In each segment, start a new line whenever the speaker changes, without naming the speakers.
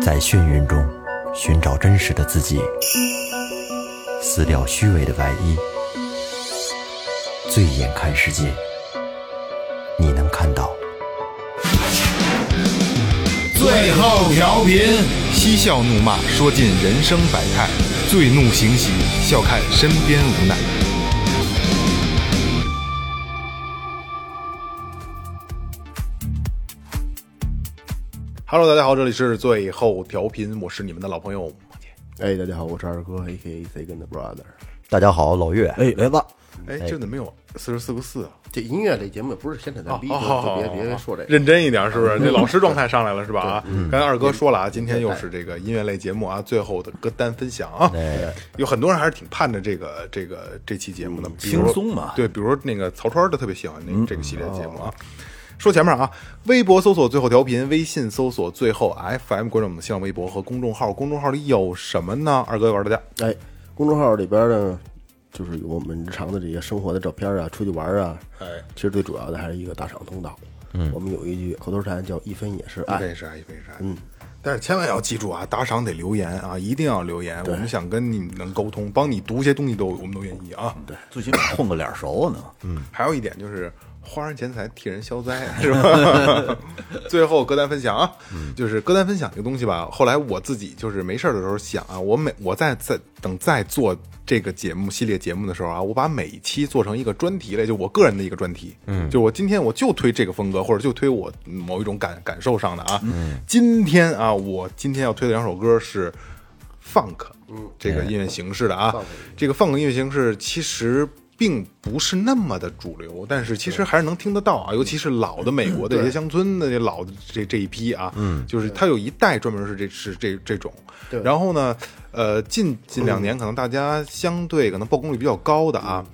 在眩晕中寻找真实的自己，撕掉虚伪的外衣，醉眼看世界，你能看到。
最后调频，
嬉笑怒骂，说尽人生百态；醉怒行喜，笑看身边无奈。Hello，大家好，这里是最后调频，我是你们的老朋友马姐。
哎，大家好，我是二哥，A K A C 跟的 Brother。
大家好，老岳，
哎，来吧，
哎，这怎么有四十四个四啊？
这音乐类节目不是闲扯淡逼，
哦好
就
好
别
好
别说这个。
认真一点，是 不是？这老师状态上来了，是吧？啊，
嗯
刚才二哥说了啊，今天又是这个音乐类节目啊，最后的歌单分享啊，有很多人还是挺盼着这个这个这期节目的，比如
嗯轻松嘛嗯
对，比如那个曹川儿，他特别喜欢那个这个系列节目啊。说前面啊，微博搜索最后调频，微信搜索最后哎 FM，关注我们的新浪微博和公众号。公众号里有什么呢？二哥告诉大家，
哎，公众号里边呢，就是有我们日常的这些生活的照片啊，出去玩啊。
哎，
其实最主要的还是一个打赏通道。嗯，我们有一句口头禅叫“一分也是
一
爱
分也是爱，一分也是爱。嗯，但是千万要记住啊，打赏得留言啊，一定要留言。我们想跟你们沟通，帮你读些东西都我们都愿意啊。对，
最起码混个脸熟啊呢。
嗯
还有一点就是花人钱财替人消灾，啊 是吧？最后歌单分享啊，就是歌单分享这个东西吧。后来我自己就是没事儿的时候想啊，我每我在在等再做这个节目系列节目的时候啊，我把每一期做成一个专题类，就我个人的一个专题。嗯，就我今天我就推这个风格，或者就推我某一种感感受上的啊。嗯，今天啊，我今天要推的两首歌是。funk 这个音乐形式的啊，这个 funk 音乐形式其实并不是那么的主流，但是其实还是能听得到啊，尤其是老的美国的这些乡村的这老的这这一批啊，嗯，就是它有一代专门是这是这这种，然后呢，呃，近近两年可能大家相对可能曝光率比较高的啊。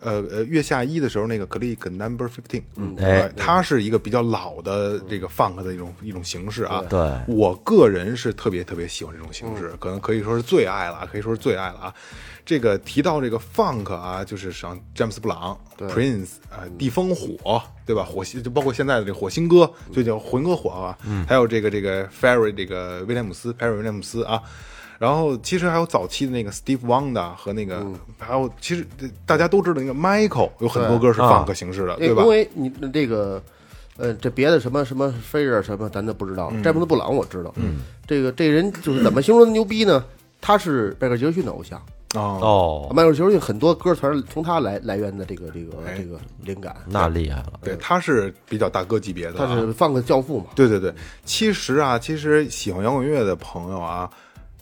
呃呃，月下一的时候，那个 Click Number Fifteen，嗯，
哎
它是一个比较老的这个 funk 的一种一种形式啊。
对嗯
我个人是特别特别喜欢这种形式，可能可以说是最爱了啊，可以说是最爱了啊。这个提到这个 funk 啊，就是像詹姆斯布朗、Prince 啊、
嗯
地风火，对吧？火星就包括现在的这火星哥，
嗯
就叫魂歌火啊，
嗯
还有这个这个 Ferry 这个威廉姆斯 Perry 威廉姆斯啊。然后其实还有早期的那个 Steve Wonder 和那
嗯
个，还有其实大家都知道那个 Michael 有很多歌
啊
是 funk 形式的，
那
对吧
因？为你这个，呃，这别的什么什么菲尔什么，咱都不知道。詹姆斯布朗我知道，嗯，这个这人就是怎么形容他牛逼呢？他是迈克尔杰克逊的偶像，
哦，
哦，
迈克尔杰克逊很多歌全是从他来来源的这个这个
哎
这个灵感，
那厉害了，
对，他是比较大哥级别的啊，
嗯他是 funk 教父嘛。
对对对，其实啊，其实喜欢摇滚乐的朋友啊，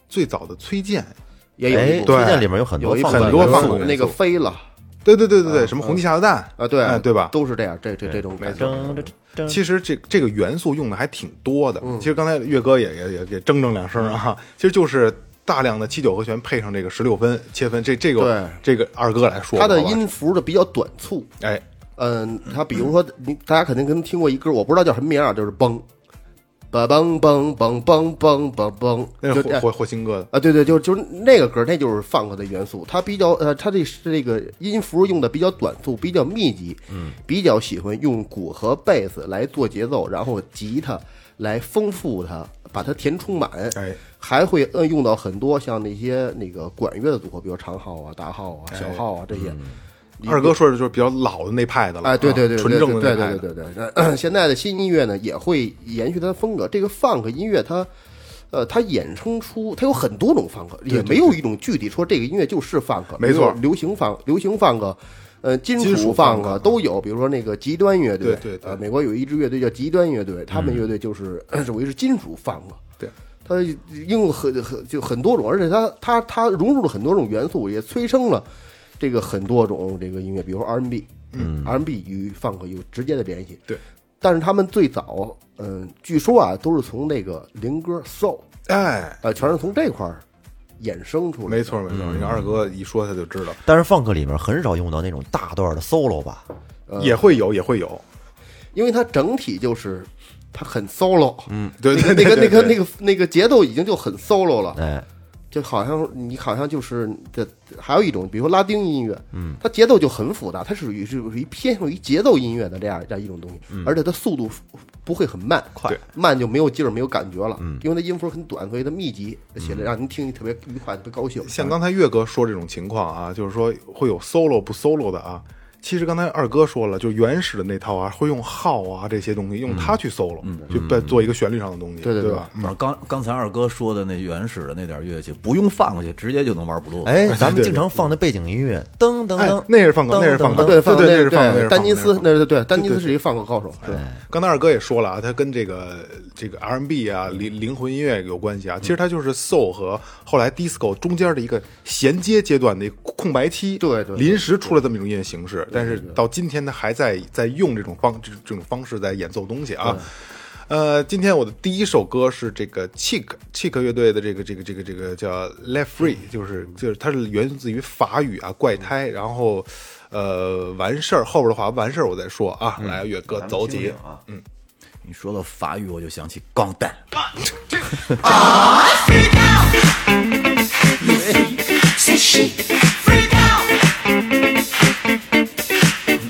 最早的崔健，
也有一
哎，
部
对
推荐里面有很
有
多
一
放
很
在
多
里
放
面
过元素
那个飞了
对对对对对，什么红旗下的蛋
嗯啊，对
哎对吧？
都是这样，这这这种感觉。
其实这这个元素用的还挺多的。
嗯
其实刚才岳哥也也也也铮铮两声啊， 其实就是大量的七九和弦配上这个十六分切分，这这个这个二哥来说，
它的
好吧
音符的比较短促，
哎，
嗯，它比如说你大家肯定可能听过一歌，我不知道叫什么名啊，就是嘣，吧嘣嘣嘣嘣嘣嘣
那
嘣，
是
就
火
哎
火火星哥的，
啊，对对，就就是那个歌，那就是 funk 的元素，它比较呃，它这是这个音符用的比较短促，比较密集，嗯，比较喜欢用鼓和贝斯来做节奏，然后吉他来丰富它，把它填充满，
哎
还会呃用到很多像那些那个管乐的组合，比如长号啊、大号啊、小号啊这些。
二哥说的就是比较老的那派的了，
哎，对对
啊
对，对
纯正的
对
那派
对对对对。那现在的新音乐呢，也会延续它的风格。这个 funk 音乐它，呃，它衍生出它有很多种 funk，也没有一种具体说这个音乐就是 funk，
没错
比如流行 funk，流行 funk。呃，金
金属
属
funk，
funk 都有，比如说那个极端乐队，
对对对嗯
呃，美国有一支乐队叫极端乐队，他们乐队就是、 属于是金属 funk，
对。
它应用很很就很多种，而且它它它融入了很多种元素，也催生了这个很多种这个音乐，比如说 R&B，嗯，R&B 与 funk 有直接的联系。
对，
但是他们最早，嗯，据说啊，都是从那个灵歌 soul，
哎，
呃，全是从这块儿衍生出来的。
没错没错，你看二哥一说他就知道，
但是 funk 里面很少用到那种大段的 solo 吧？
也会有也会有，
因为它整体就是它很 solo，嗯，
对对
那个
对
那个
对
那个那个节奏已经就很 solo 了，
哎，
就好像你好像就是的，还有一种，比如说拉丁音乐，嗯，它节奏就很复杂，它属于是属于偏向于节奏音乐的这样这样一种东西，而且它速度不会很慢，
快对
慢就没有劲儿，没有感觉了，因为它音符很短，所以它密集写的让您听特别愉快，特别高兴。
像刚才岳哥说这种情况啊，就是说会有 solo 不 solo 的啊。其实刚才二哥说了，就原始的那套啊，会用号啊这些东西，用它去 solo，、就在做一个旋律上的东西，
对对对
吧？
反正刚刚才二哥说的那原始的那点乐器，不用放过去，直接就能玩不落。
哎，咱们经常放的背景音乐，噔噔
哎
噔，，
那是放歌，那是放歌，
噔噔噔
啊对，
对
放
对，
那
是放歌，那是放歌
丹尼斯，
那是
那对对，哎丹尼斯是一个放克高手，对，
放歌刚才二哥也说了啊，他跟这个这个 R&B 啊灵灵魂音乐有关系啊，其实它就是 soul 和后来 disco 中间的一个衔接阶段的一个空白期，
对对对
临时出了这么一种音乐形式，但是到今天他还在在用这种方这这种方式在演奏东西啊。呃，今天我的第一首歌是这个 Chick Chick 乐队的这个这个这个这个叫 Let Free，就是就是它是源自于法语啊怪胎，然后呃完事儿后边的话完事儿我再说啊，来岳哥走起，
啊，嗯，你说到法语，我就想起钢弹。
Say she freak out.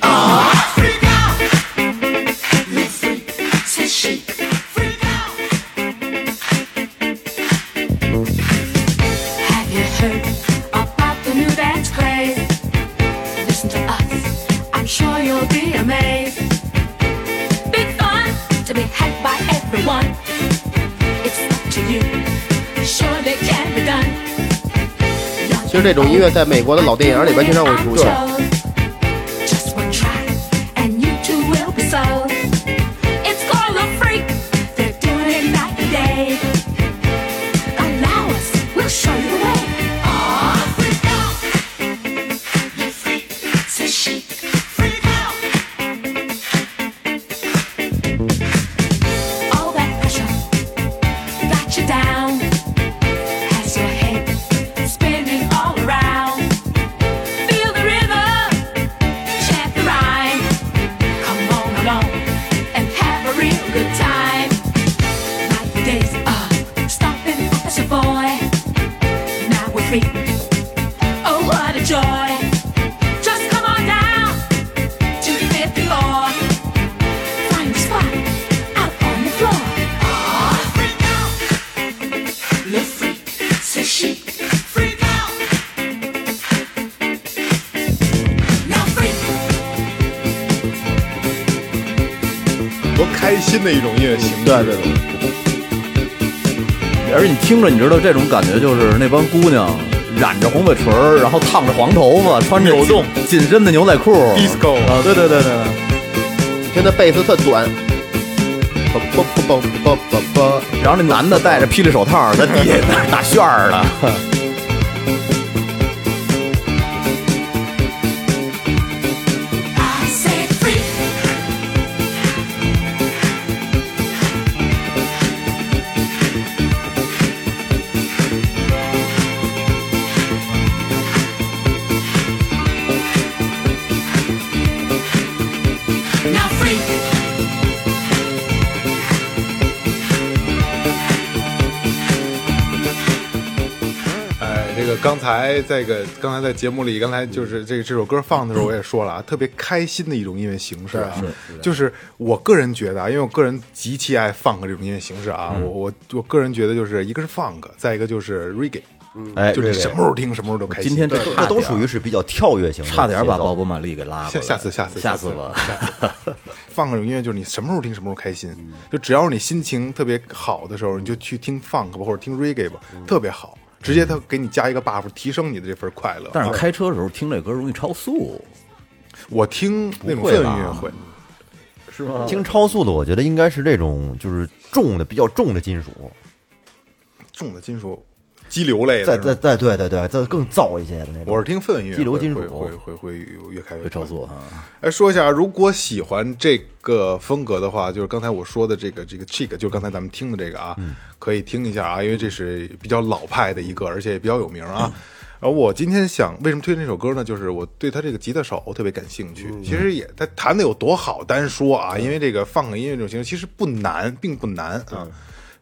Ah, freak out. Let freak. Say she freak out. Have you heard about the new dance craze? Listen to us. I'm sure you'll be amazed. Big fun to be had by everyone. It's up to you. Surely can be done.
其实这种音乐在美国的老电影里边经常会出现。
Just one try, and you too will be sold. It's called a freak. They're doing it night and day. Allow us, we'll show you the way. Aw, freak out. You freak, says she. Freak out. All that pressure got you down. Has your head spinning all around. Feel the rhythm, chant the rhyme. Come on along and have a real good time. Like the days of stomping as a boy. Now we're free. Oh, what a joy! Just come on down to 54. Find a spot out on the floor. Aw, freak out. Let's freak, says she. Freak out. Now freak.
多开心的一种音乐形式，对对对。
而且你听着，你知道这种感觉就是那帮姑娘染着红嘴唇儿，然后烫着黄头发，穿着
扭动
紧身的牛仔裤
Disco
啊，对对对对，
听它贝斯特短，啵啵啵啵啵啵啵，
然后那男的戴着霹雳手套，在地下那儿打旋儿呢。
I said freak. Now freak.
哎，这个刚才这个刚才在节目里，刚才就是这个这首歌放的时候，我也说了啊，特别开心的一种音乐形式啊，就是我个人觉得啊，因为我个人极其爱 funk 这种音乐形式啊，我我我个人觉得就是一个是 funk，再一个就是 reggae，
哎，
就是你
这个
什么时候听什么时候都开心。
今天这
这都属
于
于是比较跳跃型的节奏，
差点把鲍勃·马利给拉过
下
来。
下次下次
下次吧。
放这种音乐就是你什么时候听什么时候开心，就只要你心情特别好的时候，你就去听 funk 吧，或者听 reggae 吧，特别好，直接它给你加一个 buff，提升你的这份快乐。
但是
啊
开车的时候听这歌容易超速，
我听那种
不会
氛围
吧
音乐会。
是吗？
听超速的，我觉得应该是这种就是重的比较重的金属，
重的金属，激流类
再再
的。是吧
再对对对，再更燥一些的那种。
我是听氛围音乐，
激流
会
金属
会会会会越开越
会超。速啊！
哎，说一下，如果喜欢这个风格的话，就是刚才我说的这个这个 chic，就是刚才咱们听的这个啊，可以听一下啊，因为这是比较老派的一个，而且也比较有名啊。而我今天想为什么推荐这首歌呢？就是我对他这个吉他手特别感兴趣。其实也他弹的有多好，单说啊，因为这个放个音乐这种形式其实不难，并不难啊。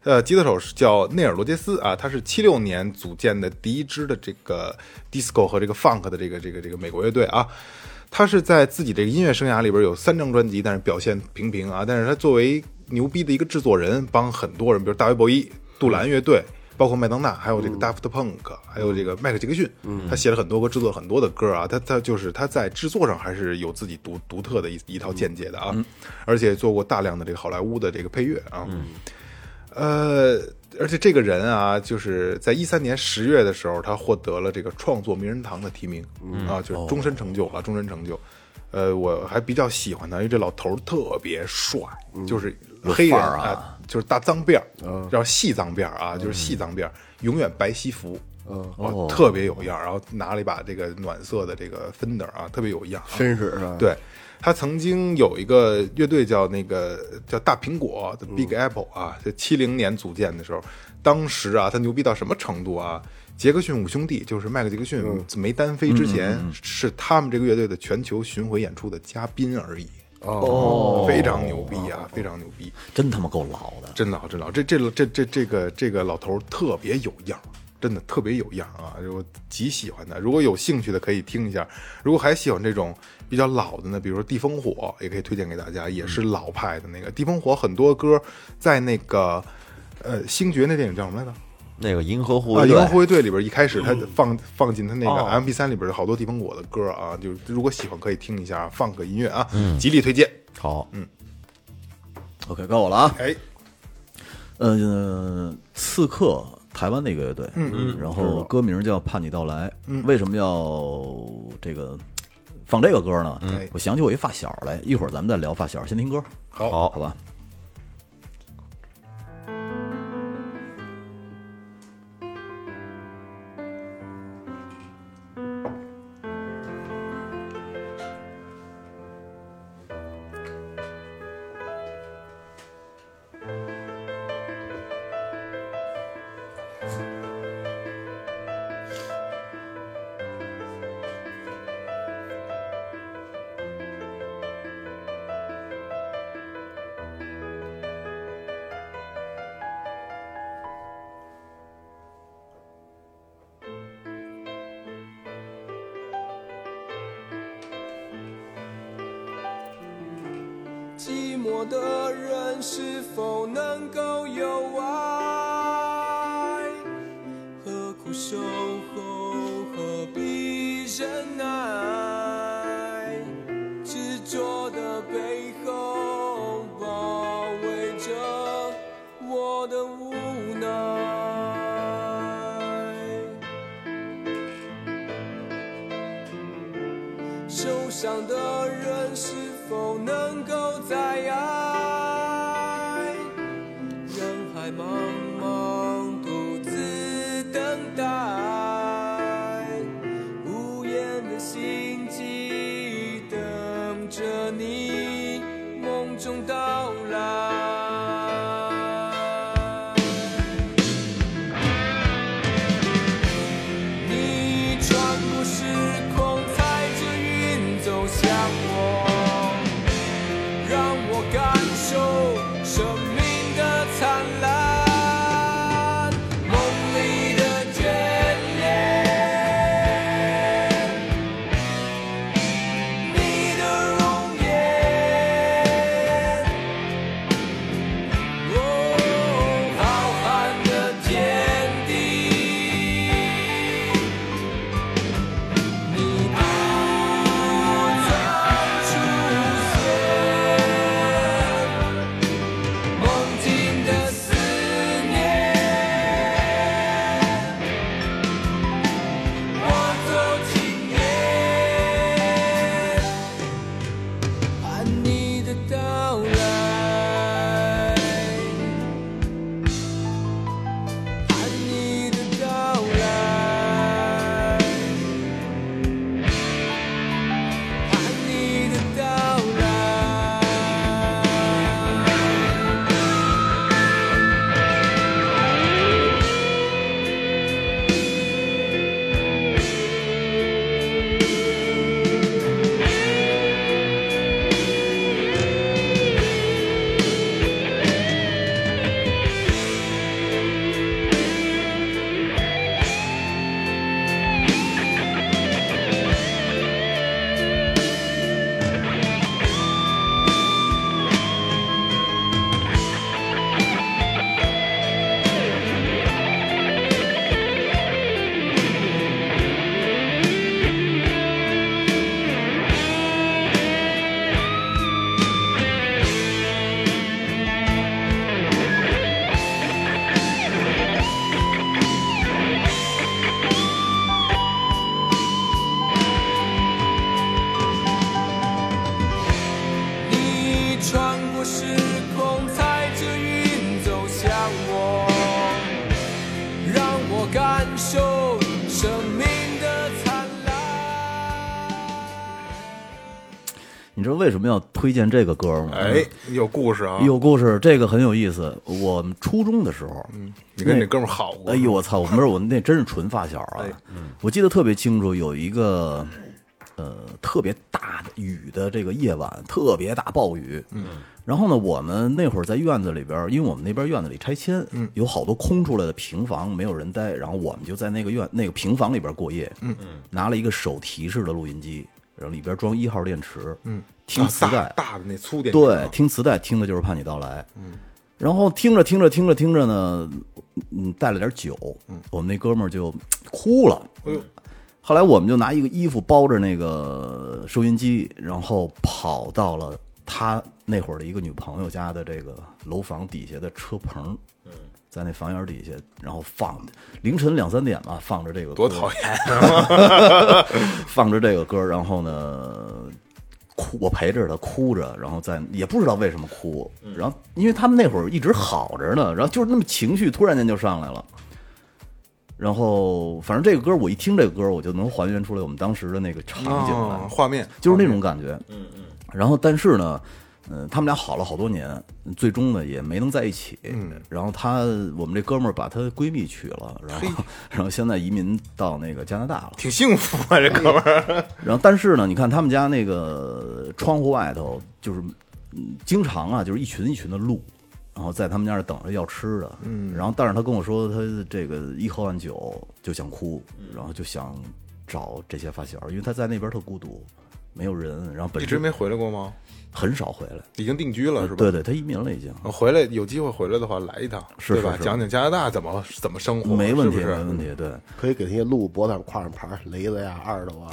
呃，吉他手是叫内尔·罗杰斯啊，他是七六年组建的第一支的这个 disco 和这个 funk 的这个这个这个美国乐队啊。他是在自己这个音乐生涯里边有三张专辑，但是表现平平啊。但是他作为牛逼的一个制作人，帮很多人，比如大卫·博伊、杜兰乐队，包括麦当娜，还有这个 Daft Punk，、还有这个迈克·杰克逊，他写了很多歌，制作了很多的歌啊。他他就是他在制作上还是有自己独独特的一一套见解的啊，而且做过大量的这个好莱坞的这个配乐啊。呃，而且这个人啊，就是在一三年十月的时候，他获得了这个创作名人堂的提名、
嗯
啊，
哦
就是终身成就了，终身成就。呃，我还比较喜欢他，因为这老头儿特别帅，就是黑人
嗯有范儿啊
就是大脏辫
嗯
儿，然后细脏辫儿啊，就是细脏辫儿，永远白西服。
嗯
哦，特别有样儿，然后拿了一把这个暖色的这个 Fender 啊，特别有样儿啊。
绅士是吧？
对，他曾经有一个乐队叫那个叫大苹果，The
嗯
Big Apple 啊，就七零年组建的时候，当时啊，他牛逼到什么程度啊？杰克逊五兄弟就是迈克杰克逊
嗯
没单飞之前，是他们这个乐队的全球巡回演出的嘉宾而已。哦，非常牛逼啊，非常牛逼！
真他妈够老的。
真老真老，啊这这这这这个这个老头儿特别有样儿，真的特别有样儿啊！我极喜欢他。如果有兴趣的可以听一下，如果还喜欢这种比较老的呢，比如说《地烽火》，也可以推荐给大家，也是老派的那个。地烽火》很多歌在那个呃星爵那电影叫什么来着？
那个银河护
啊，
卫
银
队
河护卫队里边一开始他放放进他那个 M P 三里边有好多地烽火的歌啊，就如果喜欢可以听一下放个音乐啊，极力推荐。
好，
OK，该我了啊。
哎，
呃，刺客台湾的一个乐队，嗯，然后歌名叫《盼你到来》。
嗯
为什么要这个放这个歌呢？
嗯
我想起我一发小来，一会儿咱们再聊发小，先听歌，
好
好好吧。
寂寞的人是否能够有爱？何苦守候，何必忍耐？执着的背后包围着我的无奈。受伤的人是否能够再爱？人海茫茫，独自等待，无言的心悸等着你梦中到来。你穿过时空，踩着云走向我，让我感受生命的灿烂。哦
我感受生命的灿烂。
你知道为什么要推荐这个歌吗？
哎，有故事啊！
啊有故事，这个很有意思。我们初中的时候，
嗯你跟那哥们儿好过？
哎呦，我操！我们是我那真是纯发小啊！我记得特别清楚，有一个呃特别大的雨的这个夜晚，特别大暴雨。嗯。然后呢，我们那会儿在院子里边儿，因为我们那边院子里拆迁，嗯，有好多空出来的平房没有人待，然后我们就在那个院那个平房里边过夜。嗯嗯。拿了一个手提式的录音机，然后里边装一号电池，嗯，听
啊
磁带
大，大的那粗点，啊
对，，听磁带听的就是《盼你到来》，嗯，然后听着听着听着听着呢，嗯，带了点酒，嗯，我们那哥们儿就哭了，
哎呦，
后来我们就拿一个衣服包着那个收音机，然后跑到了他那会儿的一个女朋友家的这个楼房底下的车棚，嗯，在那房檐底下，然后放凌晨两三点吧，放着这个
多
歌
讨厌！
放着这个歌，然后呢，哭，我陪着他哭着，然后在也不知道为什么哭，然后因为他们那会儿一直好着呢，然后就是那么情绪突然间就上来了，然后反正这个歌我一听这个歌，我就能还原出来我们当时的那个场景来，
啊，画面
就是那种感觉，哦嗯嗯。然后但是呢，嗯、他们俩好了好多年，最终呢也没能在一起。嗯。然后她，我们这哥们儿把她闺蜜娶了，然后然后现在移民到那个加拿大了。
挺幸福啊，这哥们儿。
嗯然后，但是呢，你看他们家那个窗户外头，就是嗯经常啊，就是一群一群的鹿，然后在他们家那儿等着要吃的。嗯，然后但是他跟我说，他这个一喝完酒就想哭，
嗯
然后就想找这些发小，因为他在那边特孤独，没有人，然后本
一
身
直没回来过吗？
很少回来。
已经定居了是吧？
呃对对，他移民了已经。
啊回来有机会回来的话，来一趟，
是
对吧
是？是
讲讲加拿大怎么怎么生活，
没问题，
是不
没问
是？
题，对，
可以给那些鹿脖子上挎上牌儿雷子呀、二楼啊，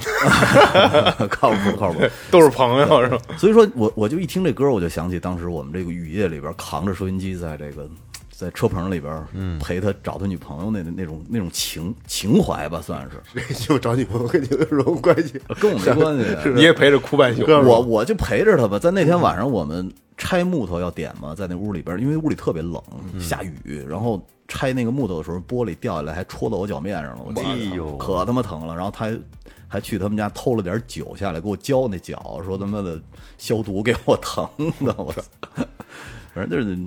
靠谱靠谱。
都是朋友是吧？
所以说我我就一听这歌，我就想起当时我们这个雨夜里边扛着收音机在这个在车棚里边，嗯，陪他找他女朋友那那种那种情情怀吧，算是
这 就找女朋友跟你有什么关系？
呃跟我没关系。啊
你也陪着哭半宿，
我我就陪着他吧，在那天晚上我们拆木头要点嘛，在那屋里边，因为屋里特别冷，下雨，然后拆那个木头的时候，玻璃掉下来还戳到我脚面上了，我
哎
记
呦
可他妈疼了。然后他还还去他们家偷了点酒下来给我浇那脚，说他妈的消毒给我疼的，我操！反正就是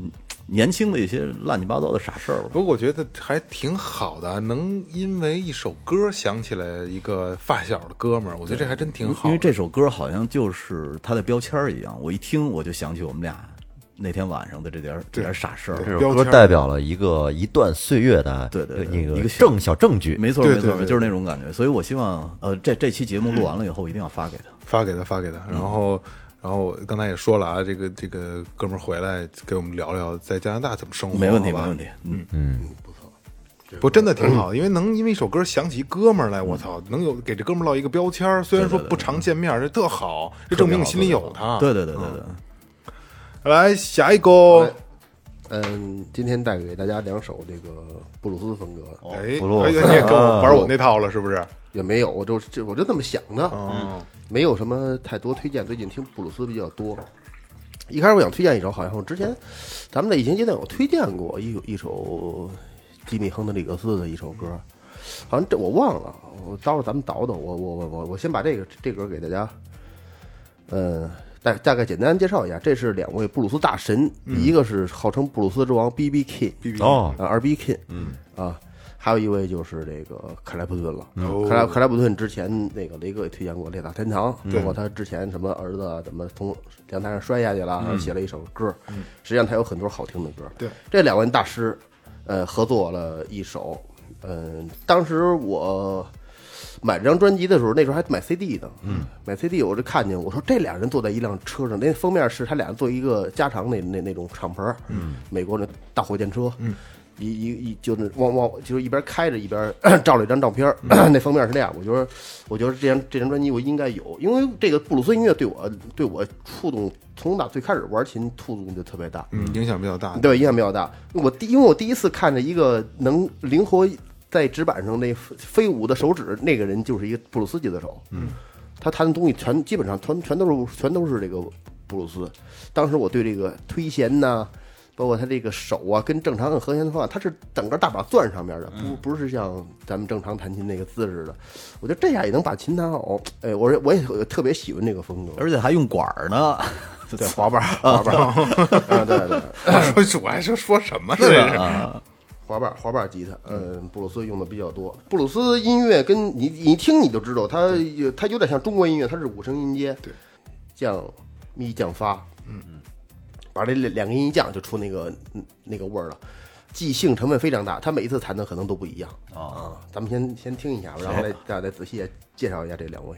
年轻的一些乱七八糟的傻事儿吧。
不过我觉得还挺好的，能因为一首歌想起来一个发小的哥们儿，我觉得这还真挺好。
因为这首歌好像就是它的标签儿一样，我一听我就想起我们俩那天晚上的这点儿这点儿傻事儿。
这首歌代表了一个一段岁月的
对对对
那
一
个
个
证小证据，
没错，
对
没错
对，对
就是那种感觉。所以我希望，呃，这这期节目录完了以后，一定要发给他。
发给他，发给他。
嗯
然后，然后我刚才也说了啊，这个这个哥们儿回来给我们聊聊在加拿大怎么生活，
没问题，
好
没
吧
问题。嗯，
不，真的挺好，因为能因为一首歌想起哥们儿来，我操，能有给这哥们儿落一个标签儿。虽然说不常见面儿，这特好，这证明你心里有他。
对对对对对，
来下一个， 哎
嗯，今天带给大家两首这个布鲁斯风格，
哎，
布鲁
哎呀你也跟我玩我那套了，是不是？
也没有，我就这我就这么想的，
嗯，
没有什么太多推荐。最近听布鲁斯比较多，一开始我想推荐一首，好像我之前咱们在疫情阶段有推荐过一一首吉米亨德里克斯的一首歌，好像这我忘了，我待会儿咱们倒倒，我我我我我先把这个这歌给大家，呃。大大概简单介绍一下，这是两位布鲁斯大神，一个是号称布鲁斯之王 B B King，
哦，
啊，R B King，嗯啊，还有一位就是这个克莱普顿了。克莱克莱普顿之前那个雷哥也推荐过《泪洒天堂》，包括他之前什么儿子啊怎么从阳台上摔下去了，然后写了一首歌。实际上他有很多好听的歌。
对，
这两位大师，呃，合作了一首。嗯，当时我买这张专辑的时候，那时候还买 CD 呢。嗯，买 CD 我就看见，我说这俩人坐在一辆车上，那封面是他俩坐一个加长那那那种敞篷，嗯，美国那大火箭车，嗯，一一一就是往往就是一边开着一边照了一张照片儿， 那封面是那样。我觉得，我觉得这张这张专辑我应该有，因为这个布鲁斯音乐对我对我触动从打最开始玩琴触动就特别大，嗯，
嗯，影响比较大。
对，影响比较大。我第因为我第一次看着一个能灵活在纸板上那飞舞的手指，那个人就是一个布鲁斯吉他手。嗯，他弹的东西全基本上全全都是全都是这个布鲁斯。当时我对这个推弦呐、包括他这个手啊，跟正常按和弦的方法，它是整个大把攥上面的，不不是像咱们正常弹琴那个姿势的。我觉得这样也能把琴弹好。哎，我是我也特别喜欢这个风格，
而且还用管儿呢，
对滑板儿滑板儿，啊对对。
我说我还说 说什么呢？这是啊
滑板滑板吉他，嗯，布鲁斯用的比较多。布鲁斯音乐跟你你一听你就知道，它有它有点像中国音乐，它是五声音阶，
对，
降咪降发，嗯嗯，把这两两个音一降就出那个嗯那个味儿了，即兴成分非常大，他每一次弹的可能都不一样啊、咱们先先听一下吧，然后再再再仔细地介绍一下这两位。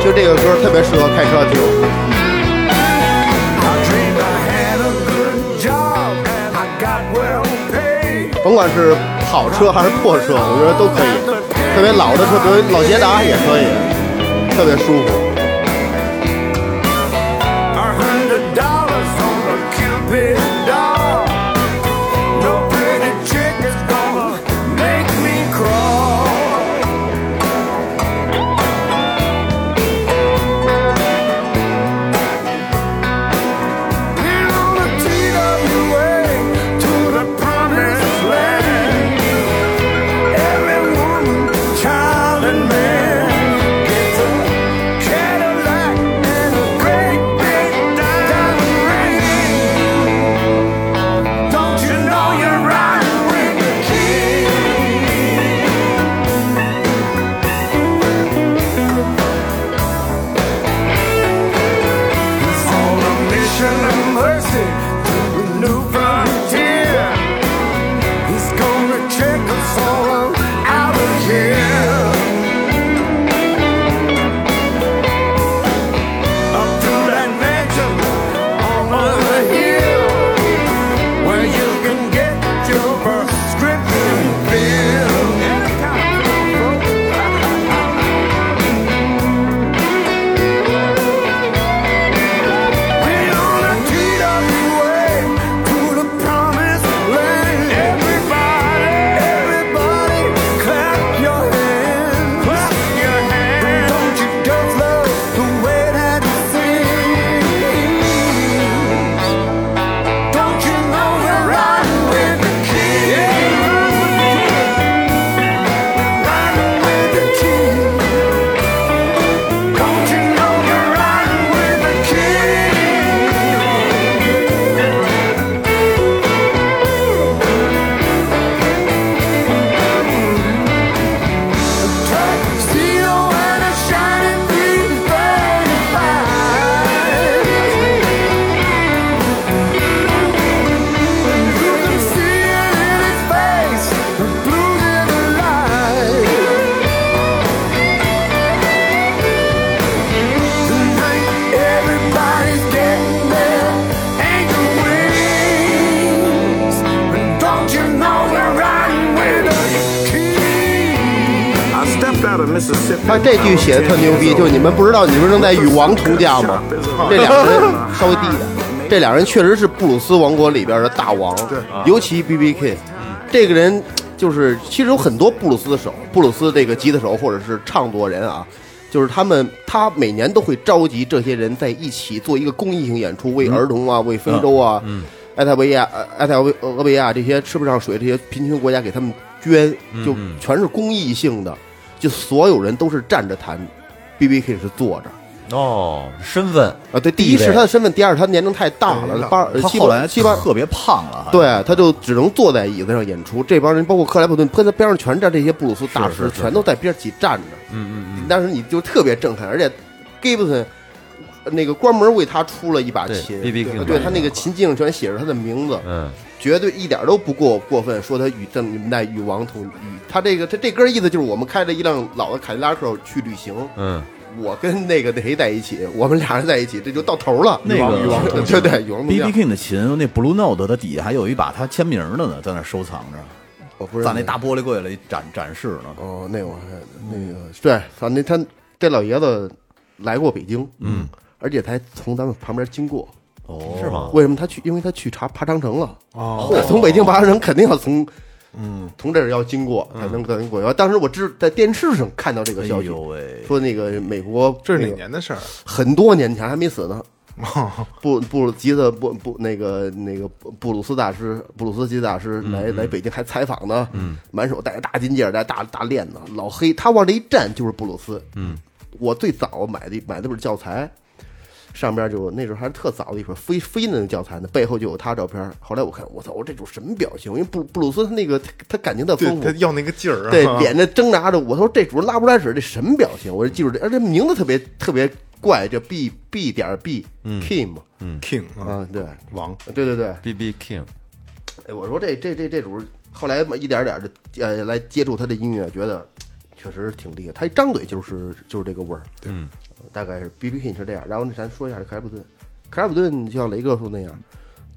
就这个歌特别适合开车听。甭管是跑车还是破车，我觉得都可以。特别老的车，比如老捷达也可以，特别舒服。
Don't you know you're riding with the king? on a mission of mercy to the new frontier. He's gonna check us all out of here. Up to that mansion on the hill, where you can get your prescription filled. Don't you know you're riding with the king? Riding with the king. Don't you know you're riding with the king? Tuxedo and a shiny 335. You can see it in his face, the blues in the light. Tonight, everybody's getting their angel wings. And don't you know we're riding with a king? I stepped out of Mississippi.
他这句写的特牛逼，就你们不知道你们正在与王同驾吗？这俩人稍微低一点，这俩人确实是布鲁斯王国里边的大王，尤其 B B King，这个人就是其实有很多布鲁斯手，布鲁斯这个吉他手或者是唱作人啊。就是他们，他每年都会召集这些人在一起做一个公益性演出，为儿童啊，为非洲啊，埃塞维亚、呃埃塞俄俄维亚这些吃不上水这些贫穷国家给他们捐，就全是公益性的。就所有人都是站着弹，B B K 是坐着
哦，身份
啊。对，第
地
一
位
是他的身份，第二他年龄太大了，八呃
他
七
后来
八七八，
特别胖了，还
对，他就只能坐在椅子上演出。这帮人包括克莱普顿，跟他边上全站这些布鲁斯大师，全都在边儿起站着。嗯嗯嗯。当时你就特别震撼，而且 Gibson 呃那个关门为他出了一把
对
琴
B.B.
对
King
对他那个琴颈上全写着他的名字。
嗯，
绝对一点都不过过分，说他与正那与王同与他这个他这歌意思就是我们开着一辆老的凯迪拉克去旅行，
嗯，
我跟那个那谁在一起，我们俩人在一起，这就到头了。
那个
与王同对对，与王同
B
驾
B King 的琴，那 Blue Note 它底下还有一把他签名的呢，在那收藏着，
我不是
在那大玻璃柜里展展示呢。
哦，那我还那个对，反正他这老爷子来过北京，嗯，而且他还从咱们旁边经过，
哦，
是吗？
为什么他去？因为他去查爬长城了。
哦，
他从北京爬长城肯定要从，嗯，从这儿要经过才能可能过。然后当时我知在电视上看到这个
嗯哎
消息
呦，喂，
说那个美国
这是
那
哪
个
年的事儿？
很多年前还没死 呢。布布鲁吉的布布那个那个布布鲁斯大师布鲁斯吉大师
嗯
来、来北京还采访呢，满手戴着大金戒指，戴大大链子，老黑，他往这一站就是布鲁斯。嗯，我最早买的买的本教材，上边就那时候还是特早的一本飞飞那个教材呢，背后就有他照片。后来我看，我操，我这种什么表情？因为布布鲁斯他那个他他感情特
对
丰富，
他要那个劲儿啊，
对，脸着挣扎着，我说这主人拉不拉屎，这什么表情？我就记住这，而且名字特别特别怪，叫 B B 点儿 B Kim，
King 啊，
啊，对，
王
对对对，
B B King，
哎，我说这这这这主，后来嘛一点点的呃来接触他的音乐，觉得确实挺厉害，他一张嘴就是就是这个味儿，对，大概是 B B King 是这样，然后呢咱说一下这凯尔普顿，凯尔普顿就像雷哥说那样。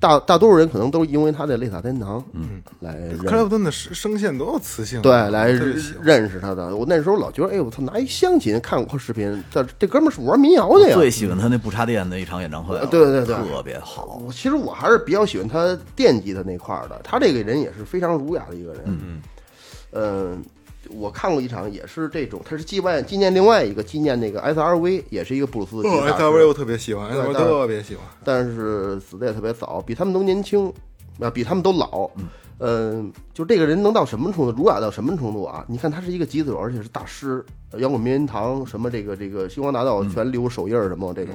大大多数人可能都是因为他的《泪洒天堂》，嗯，来认
克莱普顿的声声线多有磁性啊，
嗯对，来
特别喜欢
认识他的。我那时候老觉得，哎呦，我操，拿一湘琴看过视频，这这哥们儿是玩民谣的呀。
最喜欢他那不插电的一场演唱会了，
啊
啊
对对对
特别好。
我其实我还是比较喜欢他惦记他那块儿的，他这个人也是非常儒雅的一个人。嗯我看过一场也是这种，他是纪念纪念另外一个纪念那个 SRV，也是一个布鲁斯吉
哦
他
，S
手
R V 我特别喜欢，S
对
R V
但是
特别喜欢，
但是死的也特别早，比他们都年轻，啊，比他们都老。嗯，就这个人能到什么程度，儒雅到什么程度啊？你看他是一个吉他手，而且是大师，摇滚名人堂什么这个这个星光大道全留手印儿什么这种。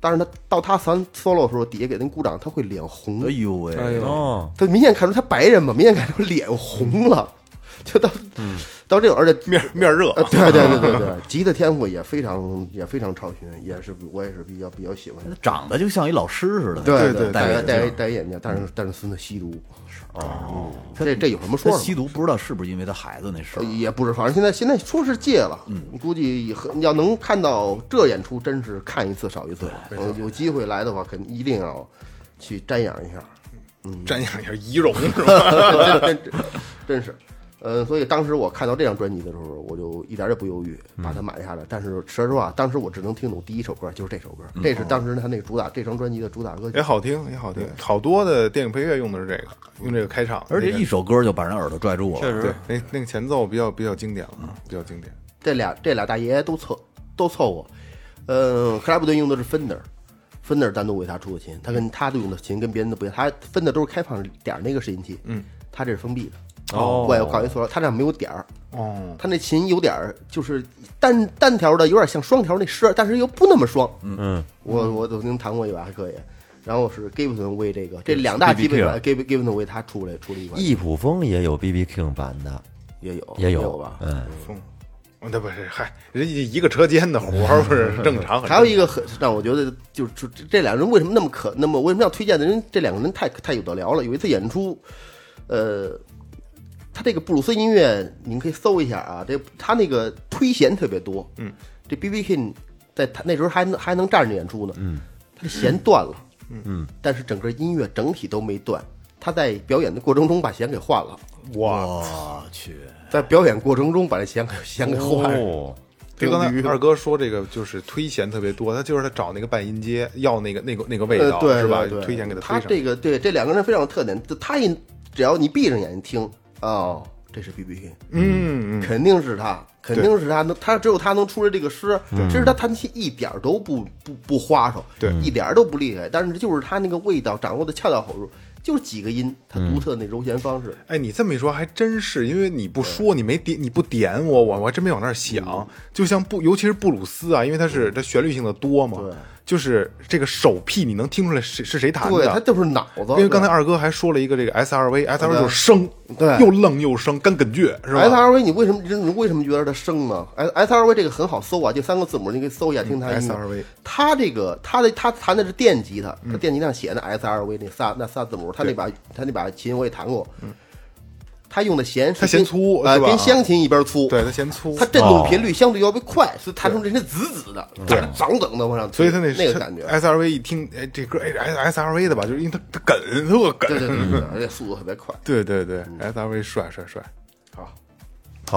但是他到他弹 solo 的时候，底下给人鼓掌，他会脸红
哎，呦喂，
哎呦，
哦，
他明显看出他白人嘛，明显看出脸红了，就到、到这种，而且
面面热
呃，，对对对对 对，吉他天赋也非常也非常超群，也是我也是比较比较喜欢的。
长得就像一老师似的，
对
对
戴
戴
着戴着
着眼镜
戴着眼镜，但是但是孙子吸毒，哦，这这有什么说哎
他
的
吸
吗？
毒不知道是不是因为他孩子那事儿，
也不是，反正现在现在说是戒了，估计很要能看到这演出，真是看一次少一次。嗯有机会来的话，肯一定要去瞻仰一下。
瞻仰一下仪容是吧？
真真真是，呃，所以当时我看到这张专辑的时候，我就一点儿也不犹豫把它买下来。但是说实话，当时我只能听懂第一首歌，就是这首歌，这是当时他那个主打这张专辑的主打歌 曲
也。好听，也好听，好多的电影配乐用的是这个，用这个开场，
而且
那个
一首歌就把人耳朵拽
啊
住了，
确实
对，那那个前奏比较比较经典
嗯
了，啊，比较经典。
这俩这俩大爷都凑都凑合。呃，克拉普顿用的是 Fender，Fender 单独为他出的琴，他
嗯
跟他用的琴跟别人的不一样，他 Fender 都是开放点儿那个拾音器，嗯，他这是封闭的，
哦
外挂一塑料，他这没有点儿，
哦，
他那琴有点儿就是单单条的，有点像双条那丝儿，但是又不那么双，
嗯，
我我曾经弹过一把，还可以。然后是 Gibson 为这个这两大基本款 Gib- Gibson 为他出来出了一款，
易普风也有 B B King 版的，
也有
也
有吧。
嗯，
风，哦那不是，嗨，人家一个车间的活儿不是正常，很
还有一
个
个很让我觉得就是这这两个人为什么那么可那么为什么要推荐的人这两个人太太有得聊了。有一次演出，呃，他这个布鲁斯音乐您可以搜一下啊，这他那个推弦特别多，嗯，这 B B King 在他那时候还能还能站着演出呢，嗯，他的弦断了，嗯，但是整个音乐整体都没断。他在表演的过程中把弦给换了，
哇，
我啊去，
在表演过程中把这弦给弦给换了，
哦，
就刚
挺
才
驴
二哥说这个就是推弦特别多，他就是他找那个半音阶，要那个那个那个味
呃，
道
对
是吧
对？对
推弦给
他
推
这
上。
个对这两个人非常有特点，就他一只要你闭上眼睛听，哦，这是 B B King，
嗯，嗯
肯定是他，肯定是他能，他只有他能出来这个诗。其实他弹琴一点儿都不不不花哨，
对
一点儿都不厉害，但是就是他那个味道掌握的恰到好处，就是几个音，他
嗯
独特那揉弦方式。
哎，你这么一说还真是，因为你不说，你没点，你不点我，我我还真没往那儿
嗯
想。就像布，尤其是布鲁斯啊，因为它是它旋律性的多嘛
对，
就是这个手屁你能听出来谁是谁弹的，
对，他就是脑子。
因为刚才二哥还说了一个这个 S R V，S R V 就是生，
对
又愣又生，干梗倔是吧
S R V，你为什么你为什么觉得它生呢？S S R V 这个很好搜啊，这三个字母你可以搜一下，
嗯
听它音乐。
SRV
它这个它的它弹的是电吉他，
嗯
它电吉他上写的 S R V 那仨那仨字母，它那把它那把琴我也弹过，它用的弦是
嗯它弦
跟
粗
呃，
是吧
跟湘琴一边粗，
对，它嫌粗啊嗯
它，振动频率相对要比快，所以弹出这是滋滋的，
对
涨等的往上推，
所以他那
那个感觉。
S R V 一听，哎，这歌哎 S S R V 的吧，就是因为它它梗特梗，
对对 对对，而且速度特别快。
对对对，S R V 帅帅帅，
嗯好，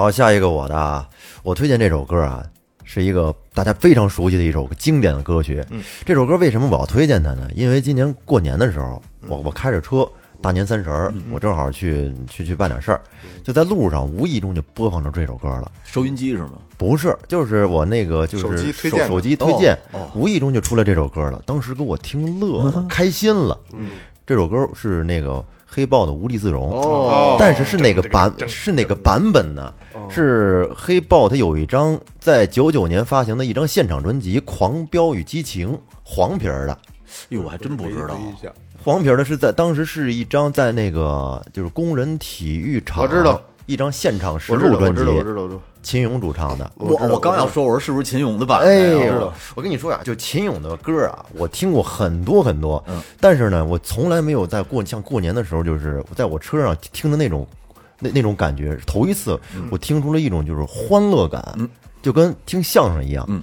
好，下一个我的啊，我推荐这首歌啊，是一个大家非常熟悉的一首经典的歌曲。这首歌为什么我要推荐它呢？因为今年过年的时候，我我开着车，大年三十儿，我正好去去去办点事儿，就在路上无意中就播放着这首歌了。
收音机是吗？
不是，就是我那个就是
手机推
手
荐的
手机推荐，
哦
无意中就出来这首歌了。当时给我听乐了，开心了。嗯，这首歌是那个黑豹的《无地自容》，
哦
但是是哪个版是哪个版本呢？是黑豹，它有一张在九九年发行的一张现场专辑《狂飙与激情》，黄皮儿的。
哟，哎我还真不知道啊
回忆一下
黄皮儿的是在当时是一张在那个就是工人体育场，
我知道
一张现场实
我知
录
道，我
专辑
知，道，我知道，我知道。
秦勇主唱的。
我我刚要说，我说是不是秦勇的版啊
哎
的呀？
呦，我跟你说呀、啊就秦勇的歌啊，我听过很多很多，
嗯
但是呢，我从来没有在过像过年的时候，就是在我车上听的那种那那种感觉，头一次
嗯
我听出了一种就是欢乐感，就跟听相声一样。
嗯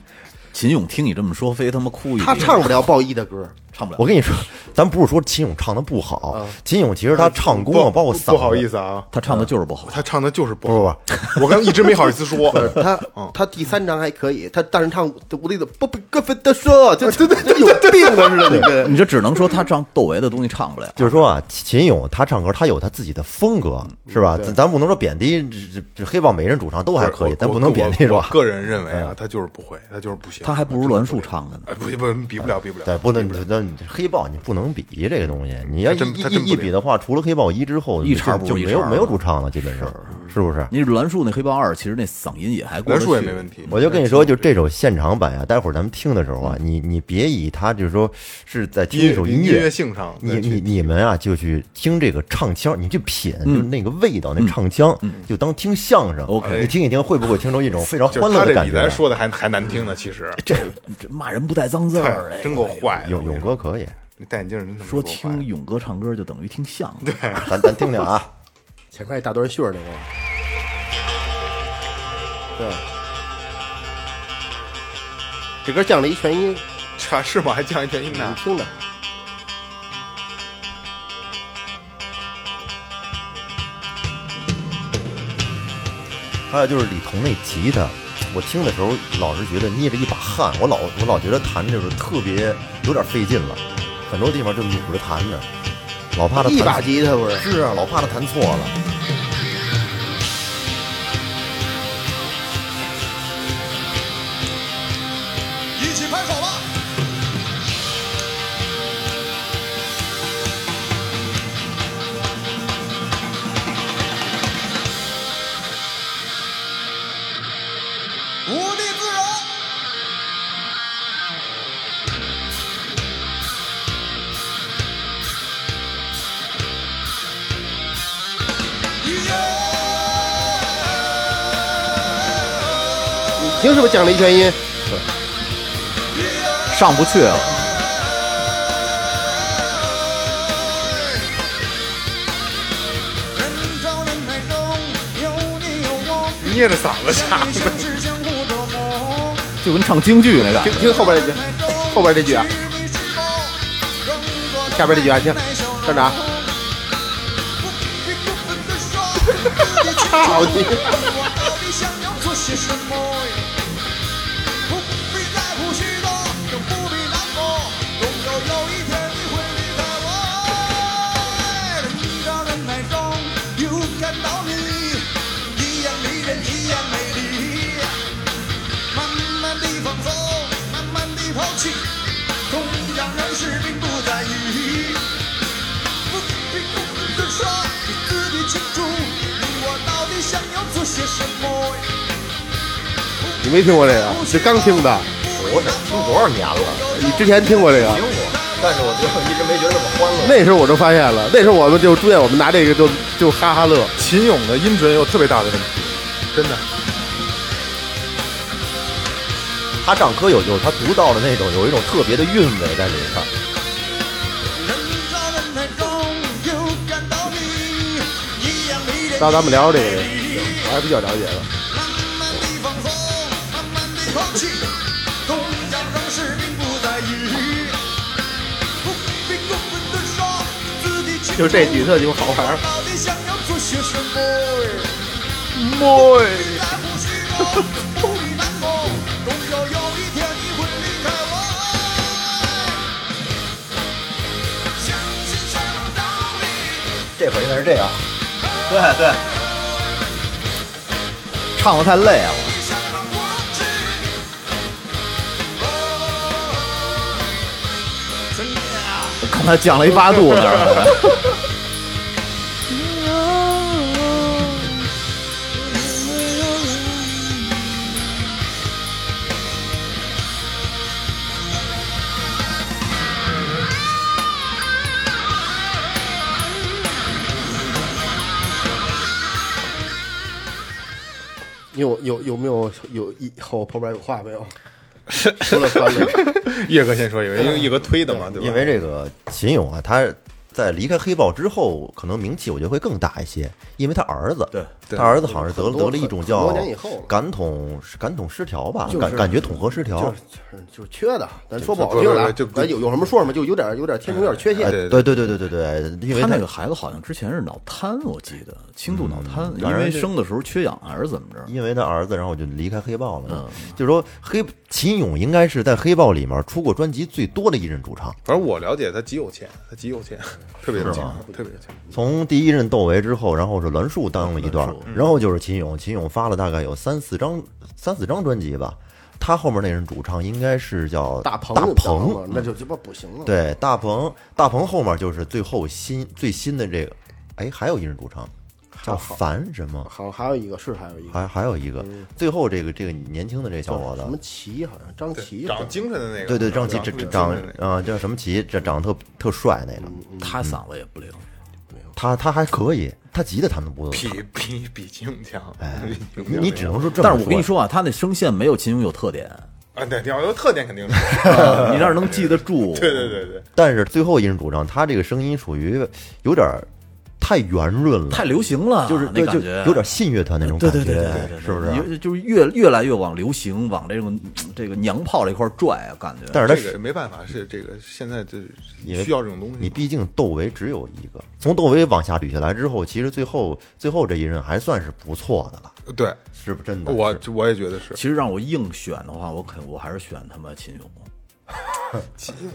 秦勇听你这么说，非他妈哭一
他
地
唱不了鲍一的歌，
唱不了。
我跟你说，咱不是说秦勇唱的不好，秦勇其实他唱功啊，
啊不
包括嗓子，
不好意思啊，
他唱的就是不好，
他唱的就是不
不
好，不我刚一直没好意思说，
他他第三张还可以，他但是唱我那个不不跟分的说，就就就有病了似的那个。
你这只能说他唱窦唯的东西唱不了。
就是说啊，秦勇他唱歌，他有他自己的风格，是吧？咱咱不能说贬低这这这黑豹每人主唱都还可以，
我
咱
我
不能贬低
我
是
我
吧？嗯
个人认为啊，他就是不会，他就是不行，
他还不如栾树唱的呢。
哎，不不比不了，比不了。
对，不能，那黑豹你不能比这个东西，你要一
他真他真
一
不
一比的话，除了黑豹一之后，
一茬
就
不
就
如一
没有
茬
没有
了
主唱了，基本上是不是？
你栾树那黑豹二，其实那嗓音也还过
栾
得去。
树也没问题，
我就跟你说，就这首现场版啊，待会儿咱们听的时候啊，你你别以它就是说是在听
音
一首
音
音
乐性上，
你
对
你你们啊，就去听这个唱腔，你去品，就是那个味道，那唱腔，就当听相声。
OK
你听一听，会不会听出一种非常
就
欢
是他
乐的
这
感
比
觉啊
咱
来？
说的还还难听呢，其实
这这骂人不带脏字儿，哎
真够坏的。
勇勇哥可以，
你戴眼镜儿真他妈
说
够坏
听勇哥唱歌就等于听相声。
咱咱听听啊。
前面一大段旋儿那个，对，这歌降了一全音，你
啊是吗？还降一降音呢？
听着，
还有就是李彤那吉他，我听的时候老是觉得捏着一把汗，我老我老觉得弹就是特别有点费劲了，很多地方就努着弹呢，老怕他
一把
弹
吉他不是，
是啊，老怕他弹错了。
一起拍手吧！无地自容。
你听是不是降了一全音？
上不去啊了。
人潮人海中有你有我，
捏着 嗓子唱
一生只相互折磨。
就跟唱京剧那个
听。听后边这句，后边这句啊，下边这句啊，听，站长，好你，
慢慢地放手，慢慢地抛弃，同样人士并不在意。不必不必说，你自己清楚，你我到底想要做些什么。
你没听过这个？这刚听的，
我得听多少年了？
你之前听过这个？
听过，但是我就一直没觉得这么欢乐。
那时候我就发现了，那时候我们就出现，我们拿这个就就哈哈乐。
秦勇的音准有特别大的问题，真的。
他唱歌有有他独到的那种，有一种特别的韵味在里头。
人潮人海中又感到你一样迷人。
到咱们聊这个，我还比较了解了。
慢慢地放松，慢慢地抛弃，同样让士兵不在意。不必过分的说，自己清楚
就这几特就好玩儿
我到底想要做些什么？哎
妹，
来不虚度，不必难过，总
这会儿应该是这样，
对对，
唱的太累啊。
哦
刚才降了一八度那儿。
你有有有没有有一后旁边有话没有？除了欢乐，
叶哥先说一个，因为叶哥推的嘛，
嗯
对吧？
因为这个秦勇啊，他在离开黑豹之后，可能名气我觉得会更大一些，因为他儿子，
对
对
他儿子好像是得
很多
得了一种
很
叫
多年以后了
感统感统失调吧，
就是
感感觉统合失调
就是。嗯就是就是缺的，咱说不好听的啊，
就就
咱有有什么说什么，就有点有点天生有点缺
哎
陷。
对对对对对对，因为
他那个孩子好像之前是脑瘫，我记得轻度脑瘫，因
反正
为
是
生的时候缺氧还是怎么着？
因为他儿子，然后我就离开黑豹了嘛。就是说黑秦勇应该是在黑豹里面出过专辑最多的一任主唱，
反正我了解他极有钱，他极有钱，特别有钱，特别有钱。
从第一任窦唯之后，然后是栾树当了一段，然后就是秦勇，秦勇发了大概有三四张三四张专辑吧。他后面那任主唱应该是叫
大鹏，
大
大
鹏
鹏，那就鸡巴不行了。，
对，大鹏，大鹏后面就是最后新最新的这个，哎，还有一任主唱叫樊什么，
好，还有一个是还有一个
还还有一个，最后这个这个年轻的这小伙子
什么齐，好像张琪，
长精神的那个，
对对，张琪
长
这这
长
长
得精神的那个
啊叫什么琪，这长得特特帅那个，
他嗓子也不灵，
他他还可以，他吉他弹的不错，
比比比秦勇强，比秦勇强
哎你只能说这么
但是我跟你说啊，他那声线没有秦勇有特 点，啊
啊，对，你要有特点肯定是，
你让人能记得住。
对对对对，
但是最后一任主唱，他这个声音属于有点儿太圆润了，
太流行了，
就是
那
对，
感
就
觉
有点信乐团那种
对
感
对
觉，
对对对对，
是不
对
是？
有就是越越来越往流行，往这种这个娘炮这块儿拽啊，感觉。
但是他
这
是
个没办法，是这个现在就是
因为
需要这种东西。
你毕竟窦唯只有一个，从窦唯往下捋下来之后，其实最后最后这一任还算是不错的了，
对
是不是真的？
我
是
我也觉得是，
其实让我硬选的话，我肯我还是选他 妈秦勇。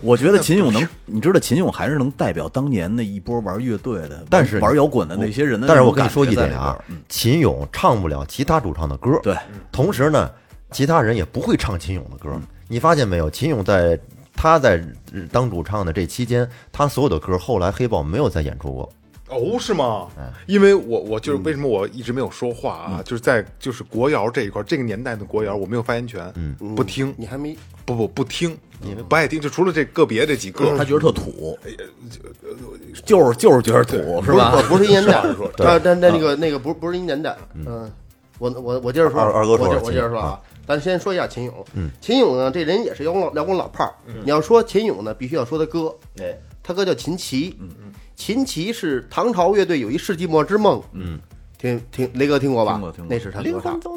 我觉得秦勇能，你知道秦勇还是能代表当年那一波玩乐队的，
但是
玩摇滚
嗯
的那些人的
但
那
是
种
我跟
感
你
觉
说
在
一
里边儿。
点啊，秦勇唱不了其他主唱的歌，
对，
同时呢，其他人也不会唱秦勇的
嗯
歌。你发现没有？秦勇在他在呃当主唱的这期间，他所有的歌后来黑豹没有再演出过。
哦，是吗？
哎
因为我我
嗯
就是为什么我一直没有说话啊，就是在就是国谣这一块，这个年代的国谣我没有发言权，嗯，不听，
你还没
不不不听，不爱听，就除了这个别这几个，
他觉得特土，
哎
就是就是觉得土
不是
是吧？嗯
不不是一年代， 但但但那个那个不不是一年代，嗯，我我我接着说，
二二哥说
我接
秦
我接着
勇
说
啊
啊，咱先说一下秦勇，
嗯
秦勇呢这人也是摇滚摇滚老炮儿，你要说秦勇呢，必须要说他哥，他哥叫秦琪，秦琪是唐朝乐队有一世纪末之梦，嗯，听听雷哥听过吧？
听过听过
那是他哥唱的，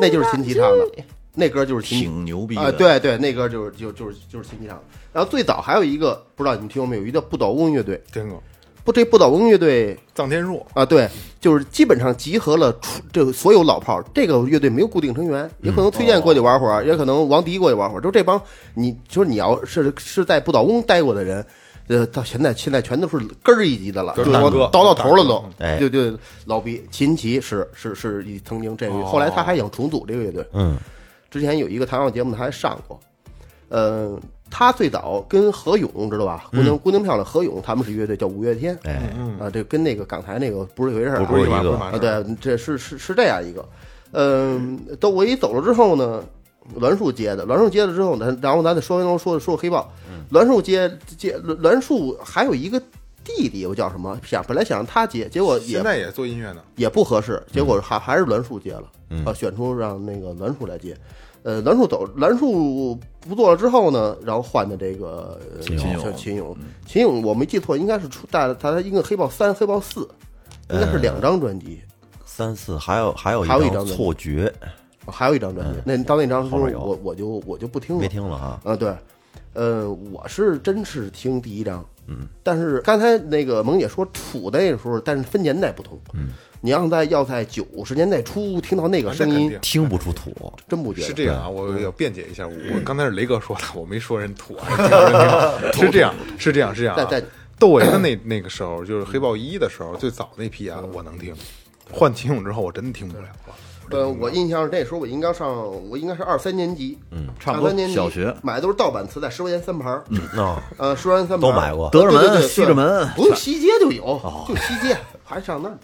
那就是秦琪唱的，那歌就是秦
挺牛逼
啊、
的
对对，那歌就是就就是就是秦琪唱的。然后最早还有一个不知道你们听过没有，一个叫不倒翁乐队，
听过
不这不倒翁乐队
臧天朔，
啊，对，就是基本上集合了出这个所有老炮儿。这个乐队没有固定成员，也
嗯
可能推荐过
哦
去玩会儿，也可能王迪过去玩会儿。就这帮，你就是你要是是在不倒翁待过的人，呃，到现在现在全都是根儿一级的了，
就是
就
大
我
哥嗯
倒到头了都。
哎
对对，老毕秦琪是是是一曾经
哦
这个乐队，后来他还想重组这个乐队。
嗯，
之前有一个谈话节目，他还上过。呃，他最早跟何勇知道吧？姑娘姑娘漂亮，何勇他们是乐队，叫五月天。
哎，
啊，这跟那个港台那个不是一回事儿、啊，
不是一
马
个
不是马
啊，对，这是是是这样一个，嗯，窦唯走了之后呢，栾树接的，栾树接了之后呢，然后咱再说说说说黑豹，栾树接接栾树还有一个弟弟，又叫什么？想本来想让他接，结果也
现在也做音乐呢，
也不合
嗯
适，结果还还是栾树接了，啊，选出让那个栾树来接。呃，栾树走，栾树不做了之后呢，然后换的这个呃
秦
勇
小秦
嗯
勇，秦勇我没记错，应该是出带他应该黑豹三、黑豹四，
呃
应该是两张专辑，
三四还有还有一
还有一张专辑
错觉
哦还有一张专辑，那到那张时候
嗯后面有
我我就我就不听了，
没听了啊，
啊，对，呃，我是真是听第一章，嗯，但是刚才那个萌姐说土那时候，但是分年代不同，嗯，你要在要在九十年代初听到那个
啊那
声
肯
音
定，
听不出土。
真不觉得
是这样啊，我要辩解一 下，我我刚才是雷哥说的，我没说人土啊，是这样，是这样，是这样，
再
啊
再。
窦唯的那那个时候，就是黑豹一的时候，最早那批啊，我能听。换秦勇之后，我真听不了了。
呃，我印象是那时候我应该上，我应该是二三年级，嗯，
差不多
二三年级
小学
买的都是盗版磁带，十块钱三盘儿，嗯，
啊，
呃，十块钱三盘
都
儿
买过
德胜门
对对对对
西直门
不用西街就有，就西街，还上那儿。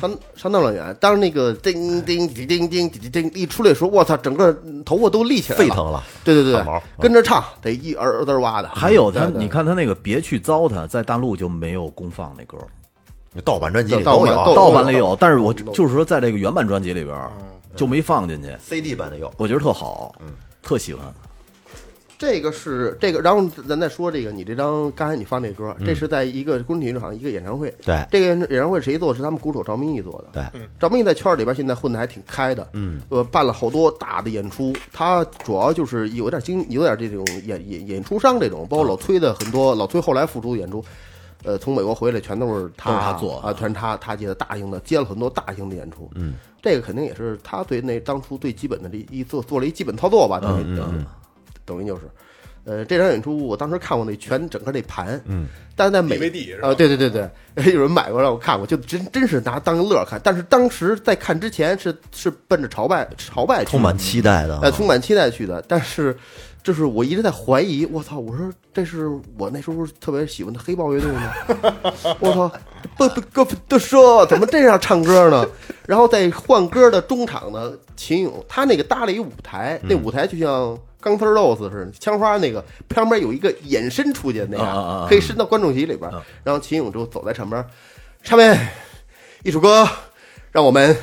上上闹乐园，当时那个叮叮叮叮叮叮叮一出来的时候，我操，整个头发都立起来
沸腾了
对对对
汗毛
对
嗯，
跟着唱得一耳朵挖的。
还有他，
对对
你看他那个《别去糟蹋》，在大陆就没有公放那歌，
盗版专辑里
盗
都
版
有
盗
啊
盗版里有，但是我
哦
就是说，在这个原版专辑里边
嗯
就没放进去，
，CD 版的有。
我觉得特好，
嗯
特喜欢。
这个是这个，然后咱再说这个，你这张刚才你放这歌，这是在一个工体场一个演唱会，
对
这个演唱会谁做的？是他们鼓手赵明义做的，
对，
赵明义在圈儿里边现在混的还挺开的，嗯，呃，办了好多大的演出。他主要就是有点经，有点这种演演演出商这种，包括老崔的很多，老崔后来复出演出，呃，从美国回来全都是他
都是他做的
啊，全是他他接的大型的，接了很多大型的演出，嗯，这个肯定也是他对那当初最基本的这一做做了一基本操作吧，等于、等于等于就是。呃，这场演出我当时看过那全整个那盘，嗯，但是在美
DVD 是吧
啊、对对对对， 有人买过让我看过，就真真是拿当个乐儿看。但是当时在看之前是是奔着朝拜朝拜去的
充满期待的啊，
呃，充满期待去的。但是，这是我一直在怀疑，我操，我说这是我那时候特别喜欢的黑豹乐队吗？我操，不不不不不说怎么这样唱歌呢？然后在换歌的中场呢，秦勇他那个搭了一舞台，那
嗯
舞台就像。钢丝儿 rose 似的，枪花那个旁边有一个延伸出去的那样，
啊啊啊
可以伸到观众席里边。然后秦勇就走在上边，上面一首歌，让我们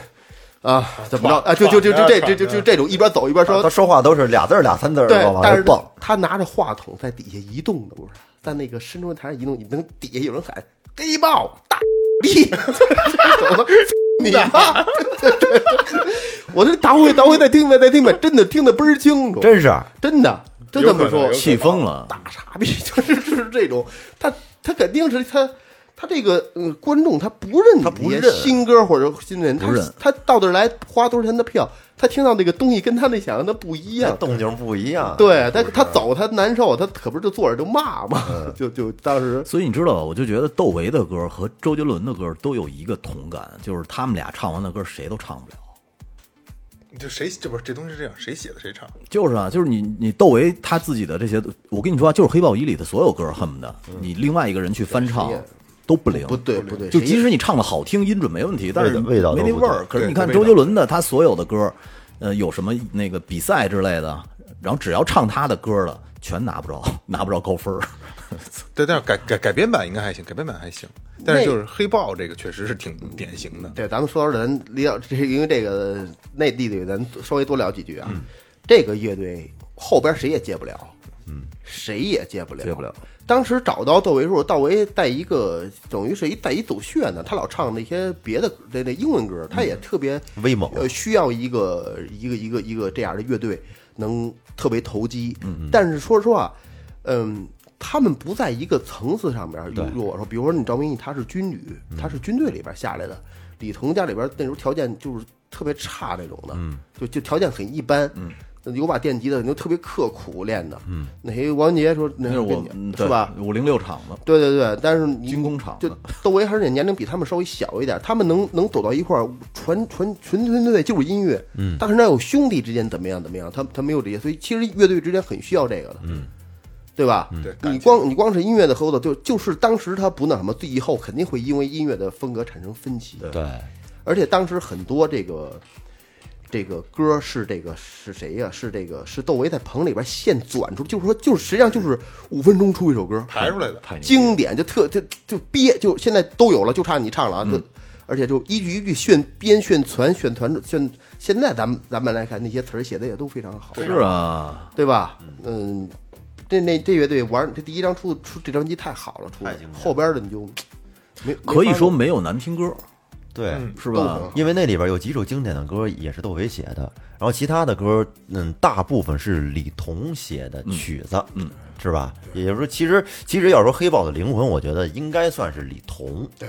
啊怎么着啊？就就就就这这就就这种一边走一边
啊
说
他说话都是俩字儿俩三字儿
对
的，往，
但
外
是
蹦。
他拿着话筒在底下移动的，不是在那个伸出台上移动，你能底下有人喊“黑豹 大逼”， 我说你妈！我这倒回倒回再听呗，再听呗，真的听得倍儿清楚，
真是
真的真这么说，
气疯了，
大傻逼， 就是是这种，他他肯定是他。他这个嗯，观众他不认
他不
你
认
新歌或者新人，
不认
他他到这儿来花多少钱的票，他听到那个东西跟他那想象的不一样，
动静不一
啊
样。，
对，他他走他难受，他可不是就坐着就骂嘛，
嗯
就就当时
所以你知道，我就觉得窦唯的歌和周杰伦的歌都有一个同感，就是他们俩唱完的歌谁都唱不了。
就谁这不是这东西是这样，谁写的谁唱。
就是啊，就是你你窦唯他自己的这些，我跟你说啊，就是黑豹一里的所有歌，恨不得你另外一个人去翻唱
谁也
都不灵。
不对不对，
就
谁
即使你唱的好听，音准没问题，但是
味道
没那
都不
味
对
儿。可是你
对
看
味道
周杰伦的他所有的歌，呃，有什么那个比赛之类的，然后只要唱他的歌了，全拿不着， 拿不着高分儿。
对，但是改改改编版应该还行，改编版还行，但是就是黑豹这个确实是挺典型的。
对，咱们说到这儿，咱聊这因为这个内地的，咱稍微多聊几句啊。
嗯
这个乐队后边谁也接不了，嗯，谁也接不了，
接不了。
当时找到窦唯的时候，窦唯带一个等于是一带一走穴呢，他老唱那些别的那那英文歌，他
嗯
也特别
威猛
呃，需要一个一个一个一个这样的乐队能特别投机。
嗯
但是说实话，嗯。他们不在一个层次上边儿。如果说，比如说你赵明义，他是军旅，
嗯
他是军队里边下来的，李腾家里边那时候条件就是特别差那种的，
嗯
就就条件很一般。有把电吉他，你就特别刻苦练的。嗯，那谁王杰说那
那是我嗯
是吧？
对？五零六场的，
对对对，但是你
军工厂的
就窦唯还是年龄比他们稍微小一点，他们能能走到一块儿，传传纯纯粹粹就是音乐，嗯，但是那有兄弟之间怎么样怎么样，他他没有这些，所以其实乐队之间很需要这个的，嗯，对吧？
嗯
对感
你
情
光你光是音乐的合作，就就是当时他不那什么，以后肯定会因为音乐的风格产生分歧，对，
对，
而且当时很多这个这个歌是这个是谁呀、是这个是窦唯在棚里边现转出，就是说就是实际上就是五分钟出一首歌，
排出来的，
经典就特就就憋，就现在都有了，就差你唱
嗯
了啊！就而且就一句一句炫编炫传炫传炫，现在咱们咱们来看那些词儿写的也都非常好，
是啊，
对吧？嗯，这那这乐队玩这第一张出出这张机太好了，出的后边的你就没
可以说
没
没有难听歌，
对，
是
法弄
吧？
嗯
因为那里边有几首经典的歌也是窦唯写的，然后其他的歌，嗯，大部分是李彤写的曲子，嗯，是吧？也就是说，其实其实要说黑豹的灵魂，我觉得应该算是李彤，对，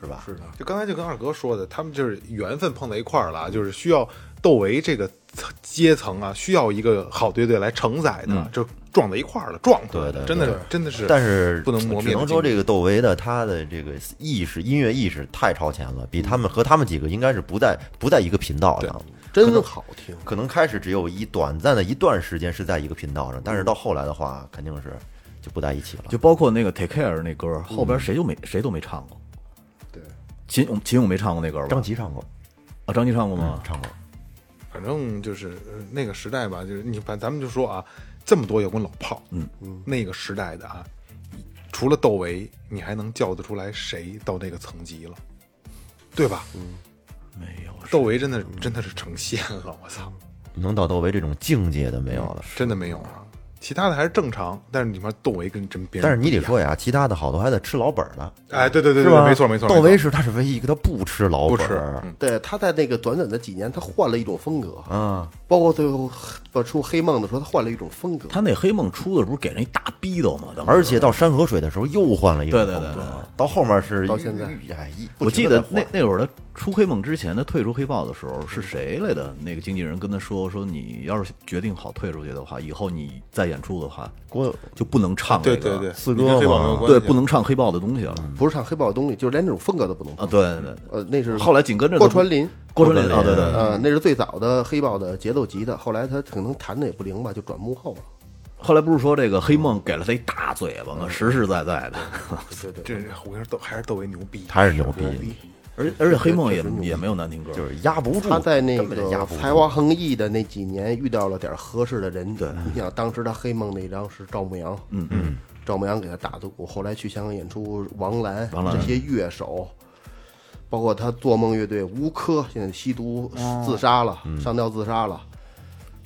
是吧？是的，
就刚才就跟二哥说的，他们就是缘分碰在一块儿了啊，就是需要窦唯这个层阶层啊，需要一个好队队来承载的，就撞在一块儿了，撞
嗯对对对
真的是真的是，
但是
不能磨灭的
只能说
经
这个窦唯的他的这个意识、音乐意识太超前了，比他
嗯
们和他们几个应该是不在不在一个频道上。
真好听。
可能开始只有一短暂的一段时间是在一个频道上，
嗯
但是到后来的话，肯定是就不在一起了。
就包括那个 Take Care 那歌，后
嗯
边谁就没谁都没唱过。
对，
秦勇秦勇没唱过那歌吧？
张琪唱过，
啊，张琪唱过吗？
唱过，
反正就是呃那个时代吧，就是你反咱们就说啊，这么多摇滚老炮，嗯嗯，那个时代的啊，除了窦唯，你还能叫得出来谁到那个层级了，对吧？
嗯
没有，
窦唯真的真的是成仙了，我操，
能到窦唯这种境界的没有了。
真的没有了。其他的还是正常，但是里面窦唯跟真别人，
但是你得，说呀，其他的好多还在吃老本儿呢，
哎，对对对
是
对，
吧？
没错没错，
窦唯
没错
是他是唯一一个他不吃老
不
本
吃，
儿，
嗯
对，他在那个短短的几年，他换了一种风格，
啊，
包括最后呃出黑梦的时候，他换了一种风格。
他那黑梦出的不是给人一大逼斗吗？当时
而且到山河水的时候又换了一个
对对对对对
到后面是
到现在，
哎，一
我记得
不停地
那
在换
那会儿他出黑梦之前，他退出黑豹的时候是谁来的？那个经纪人跟他说说，你要是决定好退出去的话，以后你再演出的话
郭
就不能唱
对
这
对
个
对，
四
你
哥
跟黑豹
嘛
没有关系，
对不能唱黑豹的东西了
不是唱黑豹的东西，就是连这种风格都不能
啊！
碰。
对对对，
呃，那是
后来紧跟着
郭传林，
郭传林啊，对对，对
呃，那是最早的黑豹的节奏吉他，后来他可能弹的也不灵吧，就转幕后了。
后来不是说这个黑梦给了他一大嘴巴吗？实实在在的，
对对，
这我跟你说，窦还是窦唯牛逼，
还是牛逼，
而而且黑梦也也没有难听歌，
就是压不住，
他在那
根本就压
个
不住
才华横溢的那几年遇到了点合适的人。对，你想当时他黑梦那张是赵牧阳，嗯嗯，赵牧阳给他打的鼓，后来去香港演出，王蓝
王蓝
这些乐手，包括他做梦乐队吴科，现在吸毒自杀了，
嗯
上吊自杀了。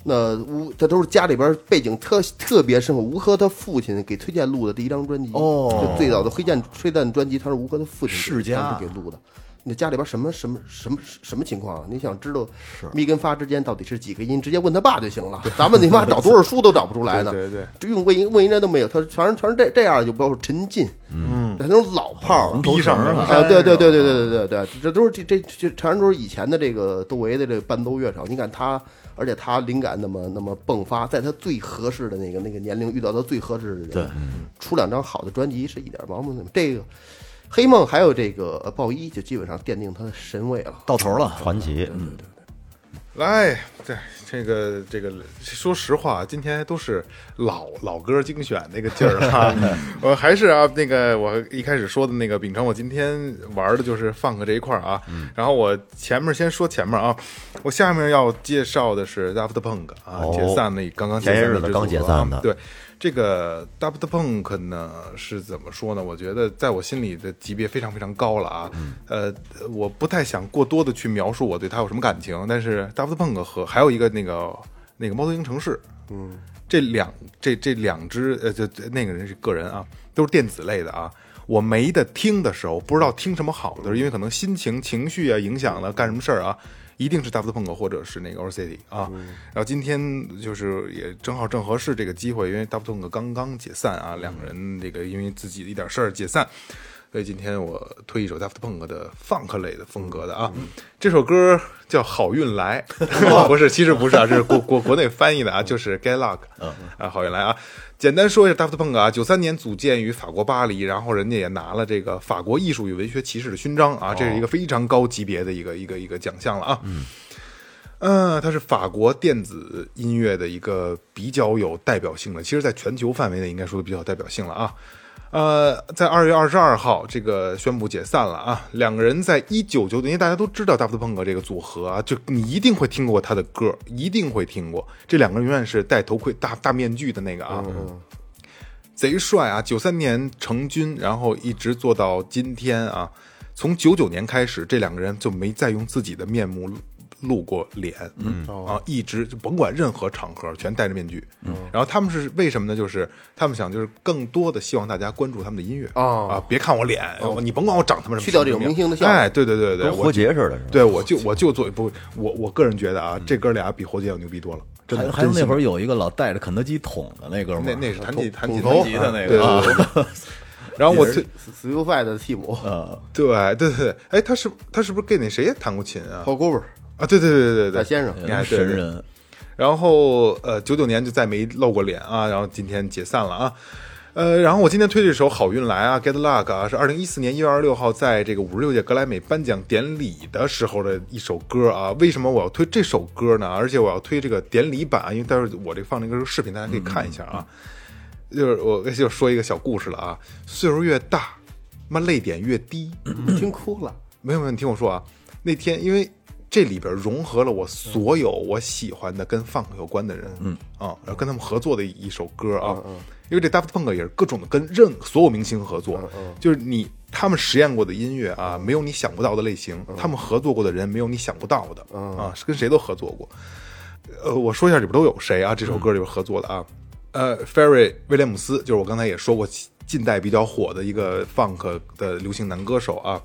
那吴，这都是家里边背景特特别深。吴科他父亲给崔健录的第一张专辑，
哦
就最早的崔健崔健专辑，他是吴科他父亲
世家
当时给录的。你家里边什么什么什么什么情况啊？你想知道咪跟发之间到底是几个音，直接问他爸就行了。咱们 你妈找多少书都找不出来呢。
对对对
这用问一问一人都没有，他全是全是这这样的，就包括陈进，嗯，那种老炮儿，
逼上人
啊，对对对对对对对对，这都是这这这全都是以前的这个窦唯的这个伴奏乐手。你看他，而且他灵感那么那么迸发，在他最合适的那个那个年龄遇到他最合适的人，
对，
出两张好的专辑是一点毛病都没有。这个黑梦还有这个呃鲍一，就基本上奠定他的神位了。
到头了。
传奇，嗯，
来，对这个这个，说实话，今天都是老老歌精选那个劲儿 啊。我还是啊，那个我一开始说的那个秉承，我今天玩的就是 funk 这一块儿啊。
嗯
然后我前面先说前面啊，我下面要介绍的是 Daft Punk 啊，
哦
解散了，刚刚解
前些
散
日
了
子
这
刚
组
解
合
散
啊
的
对，这个 Daft Punk 呢是怎么说呢？我觉得在我心里的级别非常非常高了啊。
嗯
呃，我不太想过多的去描述我对他有什么感情，但是 Daft Punk 和还有一个那个那个猫头鹰城市，嗯，这两这这两支呃，就就那个人是个人啊，都是电子类的啊。我没得听的时候，不知道听什么好的，因为可能心情、情绪啊影响了干什么事儿啊，一定是 Daft Punk 或者是那个 Or City 啊。然后今天就是也正好正合适这个机会，因为 Daft Punk 刚刚解散啊，两个人这个因为自己的一点事儿解散，所以今天我推一首 Daft Punk 的 Funk 类的风格的啊，这首歌叫《好运来》， 不是，其实不是啊，这是国国国内翻译的啊，就是 Get Luck，啊，好运来啊。简单说一下 Daft Punk 啊，九三年组建于法国巴黎，然后人家也拿了这个法国艺术与文学骑士的勋章啊，这是一个非常高级别的一个一个一个奖项了啊。嗯，它是法国电子音乐的一个比较有代表性的，其实在全球范围内应该说比较有代表性了啊。呃，在二月二十二号，这个宣布解散了啊。两个人在一九九九年，大家都知道 Daft Punk 这个组合啊，就你一定会听过他的歌，一定会听过。这两个人永远是戴头盔、大大面具的那个啊。贼帅啊！九三年成军，然后一直做到今天啊。从九九年开始，这两个人就没再用自己的面目露露过脸，嗯
哦
啊，一直就甭管任何场合，全戴着面具。嗯，然后他们是为什么呢？就是他们想，就是更多的希望大家关注他们的音乐
哦
啊，别看我脸，你甭管我长他妈什么，
去掉这种明星的效果
哎，对对对对，
跟
我
活结似的，是吧？
对我就我就做不，我我个人觉得
嗯
啊，这哥俩比活结要牛逼多了，真
还
的。
有还有
真
那
心
会儿有一个老带着肯德基桶的那哥们
那
儿，
那是弹吉弹吉
头
弹吉的那个，
啊
对对对然后我最
Spotify 的替补
呃，
对对对，哎，他是他是不是跟那谁也弹过琴啊？
，Paul Gilbert
啊，对对对对
大
对，
哎
先生，
你还对
神
对
人，
然后呃，九九年就再没露过脸啊，然后今天解散了啊。呃，然后我今天推这首《好运来》啊，《Get Luck》啊，是二零一四年一月二十六号在这个五十六届格莱美颁奖典礼的时候的一首歌啊。为什么我要推这首歌呢？而且我要推这个典礼版啊，因为待会儿我这个放那个视频，大家可以看一下啊。就是我就说一个小故事了啊，岁数越大，妈泪点越低。
听哭了。
没有没有，你听我说啊，那天因为这里边融合了我所有我喜欢的跟 funk 有关的人，嗯啊，然后跟他们合作的一首歌啊，因为这 Daft Punk 也是各种的跟任所有明星合作，就是你他们实验过的音乐啊，没有你想不到的类型，他们合作过的人没有你想不到的啊，是跟谁都合作过。呃，我说一下里边都有谁啊？这首歌里边合作的啊，
嗯
呃，Ferry 威廉姆斯，就是我刚才也说过，近近代比较火的一个 funk 的流行男歌手啊。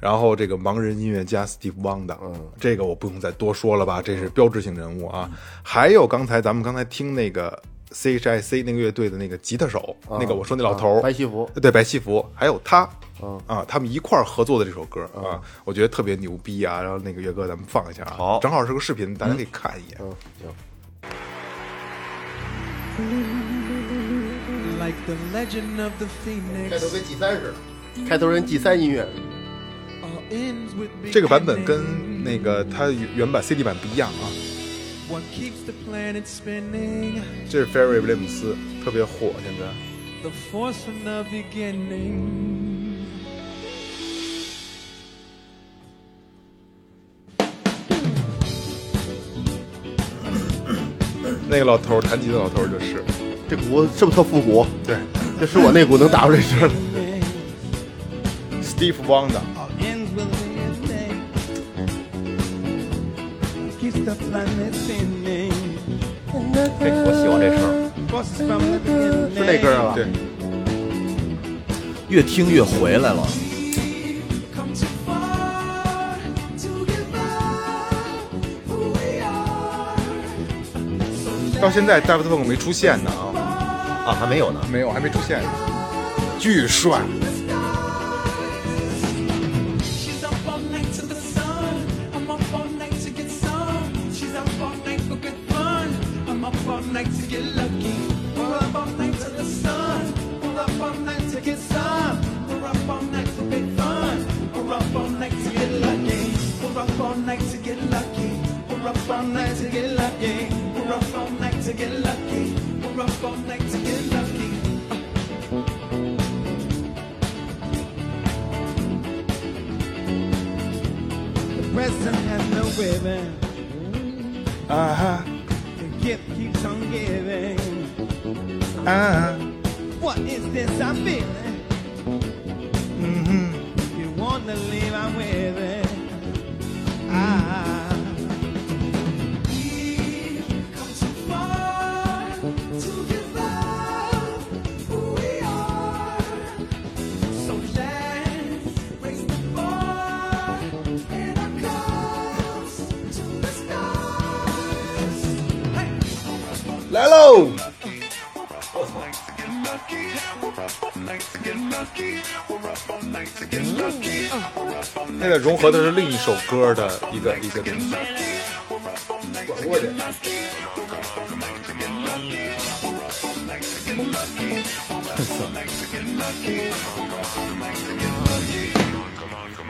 然后这个盲人音乐家 Steve Wonder，嗯，这个我不用再多说了吧，
嗯
这是标志性人物啊。还有刚才咱们刚才听那个 CHIC 那个乐队的那个吉他手，那个我说那老头儿、
嗯白西服嗯
对白西服，还有他，啊，他们一块儿合作的这首歌啊，我觉得特别牛逼啊。然后那个乐哥咱们放一下啊，
好
正好是个视频，大家可以看一眼。
Like the legend of the phoenix.
开头跟 G 三似的，开头跟 G 三音乐，
all ends with big
这个版本
endings.
跟那个它原版 CD 版不一样啊，
What keeps the planet spinning?
这是 Ferry 威廉姆斯特别火，现在
The force from the beginning.
那个老头儿弹吉他老头儿就是，
这鼓是不是特复古？
对
这是我那鼓能打出这声来。
，Steve Wonder，
啊
All ends with big endings. What keeps the planet spinning?
这我喜欢这事儿。
Force from the beginning.
是那歌啊了吧？
对，
越听越回来了。
Come too far to give up who we are.
到现在 Daft Punk 没出现呢啊，
啊，还没有呢。
没有，还没出现呢，巨帅，
She's up all night to the sun. I'm up all night to get some. She's up all night for good fun. I'm up all night to get lucky. We're up all night to the sun. We're up all night to get some. We're up all night for big fun. We're up all night to get lucky. We're up all night to get lucky. We're up all night to get lucky. We're up all night to get lucky. We're up all night to get lucky. The present has no ribbon.
啊哈
The gift keeps on giving.
啊，
What is this I'm feeling? Mm-hmm. You wanna leave, I'm with it. Ah. So let's raise the bar and our cups to the stars. Hey.
来喽，那个融合的是另一首歌的一个一个东西，转过去。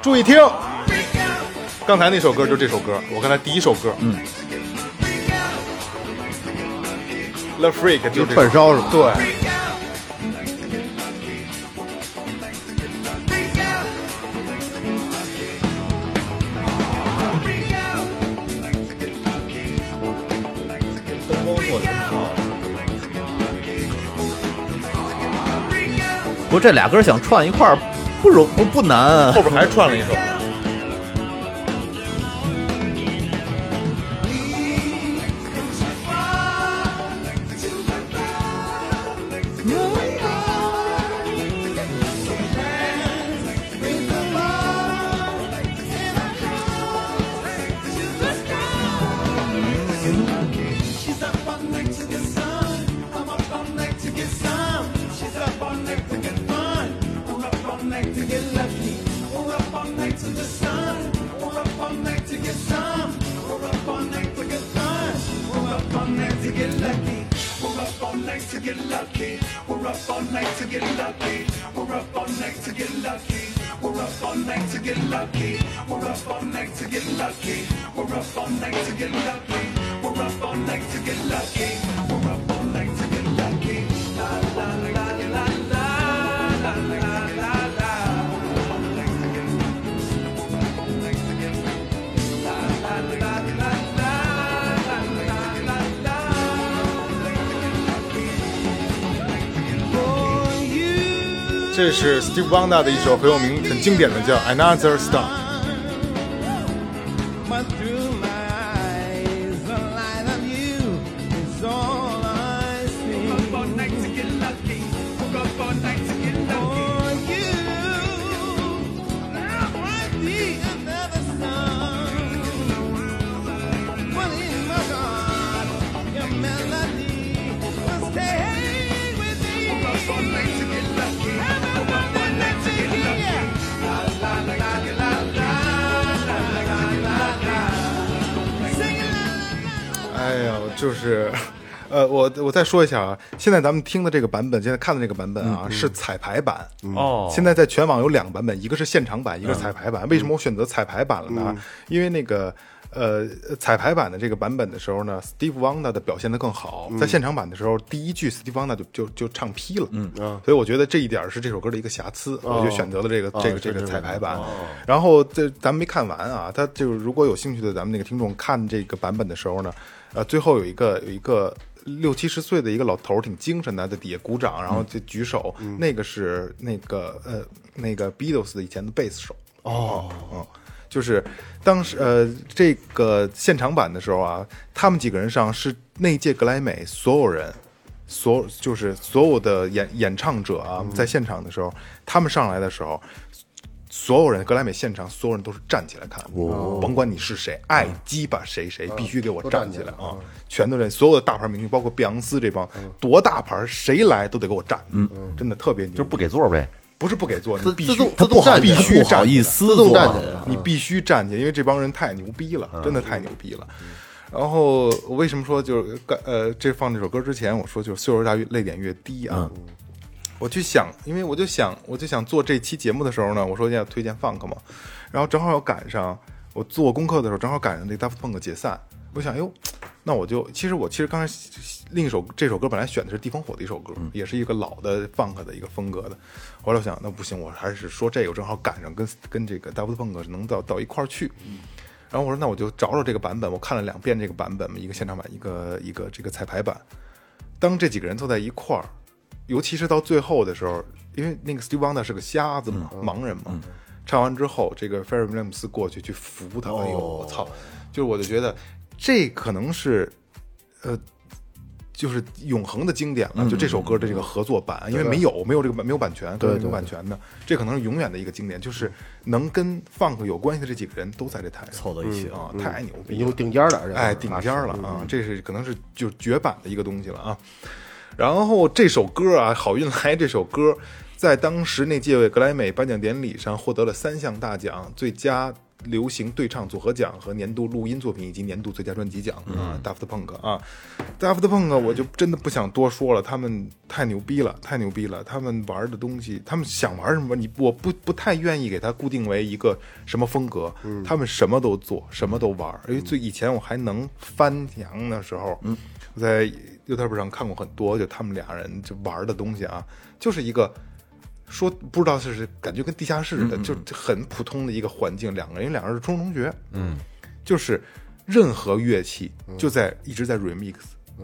注意听，刚才那首歌就是这首歌，我刚才第一首歌，嗯，The Freak 就是这首
串烧是吧？
对。
不过这俩歌想串一块儿不容不不难啊
后，边还串了一首。
She's up all night to get sun. I'm up all night to get some. She's up all night to get fun. I'm
get lucky. We're up all night to get lucky. We're up all night to get lucky. We're up all night to get lucky. We're up all night to get lucky. We're up all night to get lucky. We're up all night to get lucky. We're up all night to get lucky. We're up all night to get lucky. La la la la la la la la la. We're up all night to get lucky. We're up all night to get lucky. La la la la la la la la la.
这是 Steve Wonder 的一首很有名、很经典的叫《Another Star
But through my eyes, the light of you is all I see.
We're up all night to get lucky. We're up all night to get lucky.
For you, now I see another sun. But in my heart, your melody will stay with me.
We're up all night to get lucky.
I'm a woman that you hear. Singing la, la, la, la.》。
哎呀，就是，呃，我我再说一下啊，现在咱们听的这个版本，现在看的这个版本啊，是彩排版。
哦
现在在全网有两个版本，一个是现场版，一个是彩排版。为什么我选择彩排版了呢？因为那个呃，彩排版的这个版本的时候呢，Steve Wonder 的表现的更好，在现场版的时候，第一句 Steve Wonder 就就就唱劈了，嗯所以我觉得这一点是这首歌的一个瑕疵，我就选择了这个这哦个这个哦彩排版。然后这咱们没看完啊，他就是如果有兴趣的咱们那个听众看这个版本的时候呢，呃，最后有一个有一个。六七十岁的一个老头儿，挺精神的，在底下鼓掌，然后就举手。那个是那个呃，那个 Beatles 的以前的贝斯手哦，嗯，就是当时呃，这个现场版的时候啊，他们几个人上是那届格莱美所有人，所就是所有的演演唱者啊，在现场的时候，他们上来的时候。所有人格莱美现场，所有人都是站起来看，甭管你是谁，爱鸡巴谁谁，必须给我站起来啊！全都是所有的大牌明星，包括碧昂斯这帮多大牌，谁来都得给我站，嗯，真的特别牛，
就是不给座呗。
不是不给座，你
自
必
自
须
动
他
自
不
动
好
站起
必
来，
须不好意思
自动
做
站起来了。
你必须站起，因为这帮人太牛逼了，真的太牛逼了。然后我为什么说就是干呃，这放这首歌之前，我说就是岁数大越泪点越低啊。我去想，因为我就想，我就想做这期节目的时候呢，我说要推荐 funk 嘛，然后正好赶上我做功课的时候，正好赶上这 Daft Punk 解散，我想，哟，那我就其实我其实刚才另一首这首歌本来选的是《地风火》的一首歌，也是一个老的 funk 的一个风格的，后来我想，那不行，我还是说这个，我正好赶上跟跟这个 Daft Punk 能到到一块儿去。然后我说，那我就找找这个版本，我看了两遍这个版本，一个现场版，一个一个这个彩排版。当这几个人坐在一块儿，尤其是到最后的时候，因为那个 Steve Wonder 是个瞎子
嗯
嘛，盲人嘛，唱完之后，这个 Ferry Williams 过去去扶
哦
他，哎呦，我操！就是我就觉得这可能是，呃。就是永恒的经典
嗯
了，就这首歌的这个合作版，因为没有没有这个版没有版权，对没有版权的，这可能是永远的一个经典，就是能跟 funk 有关系的这几个人都在这台上
凑到一起嗯
啊，太牛逼
有
了！
顶尖儿的，嗯而且
哎，顶尖儿了啊！这是可能是就是绝版的一个东西了啊。然后这首歌啊，《好运来》这首歌，在当时那届格莱美颁奖典礼上获得了三项大奖：最佳流行对唱组合奖和年度录音作品，以及年度最佳专辑奖
嗯
啊。Daft Punk 啊，Daft Punk 啊我就真的不想多说了，他们太牛逼了，太牛逼了！他们玩的东西，他们想玩什么，你我不不太愿意给它固定为一个什么风格，他们什么都做，什么都玩儿。因为最以前我还能翻墙的时候，我在 YouTube 上看过很多，就他们俩人就玩的东西啊，就是一个说不知道是感觉跟地下室似的，就很普通的一个环境，两个人因为两个人是初中同学，嗯，就是任何乐器就在一直在 remix，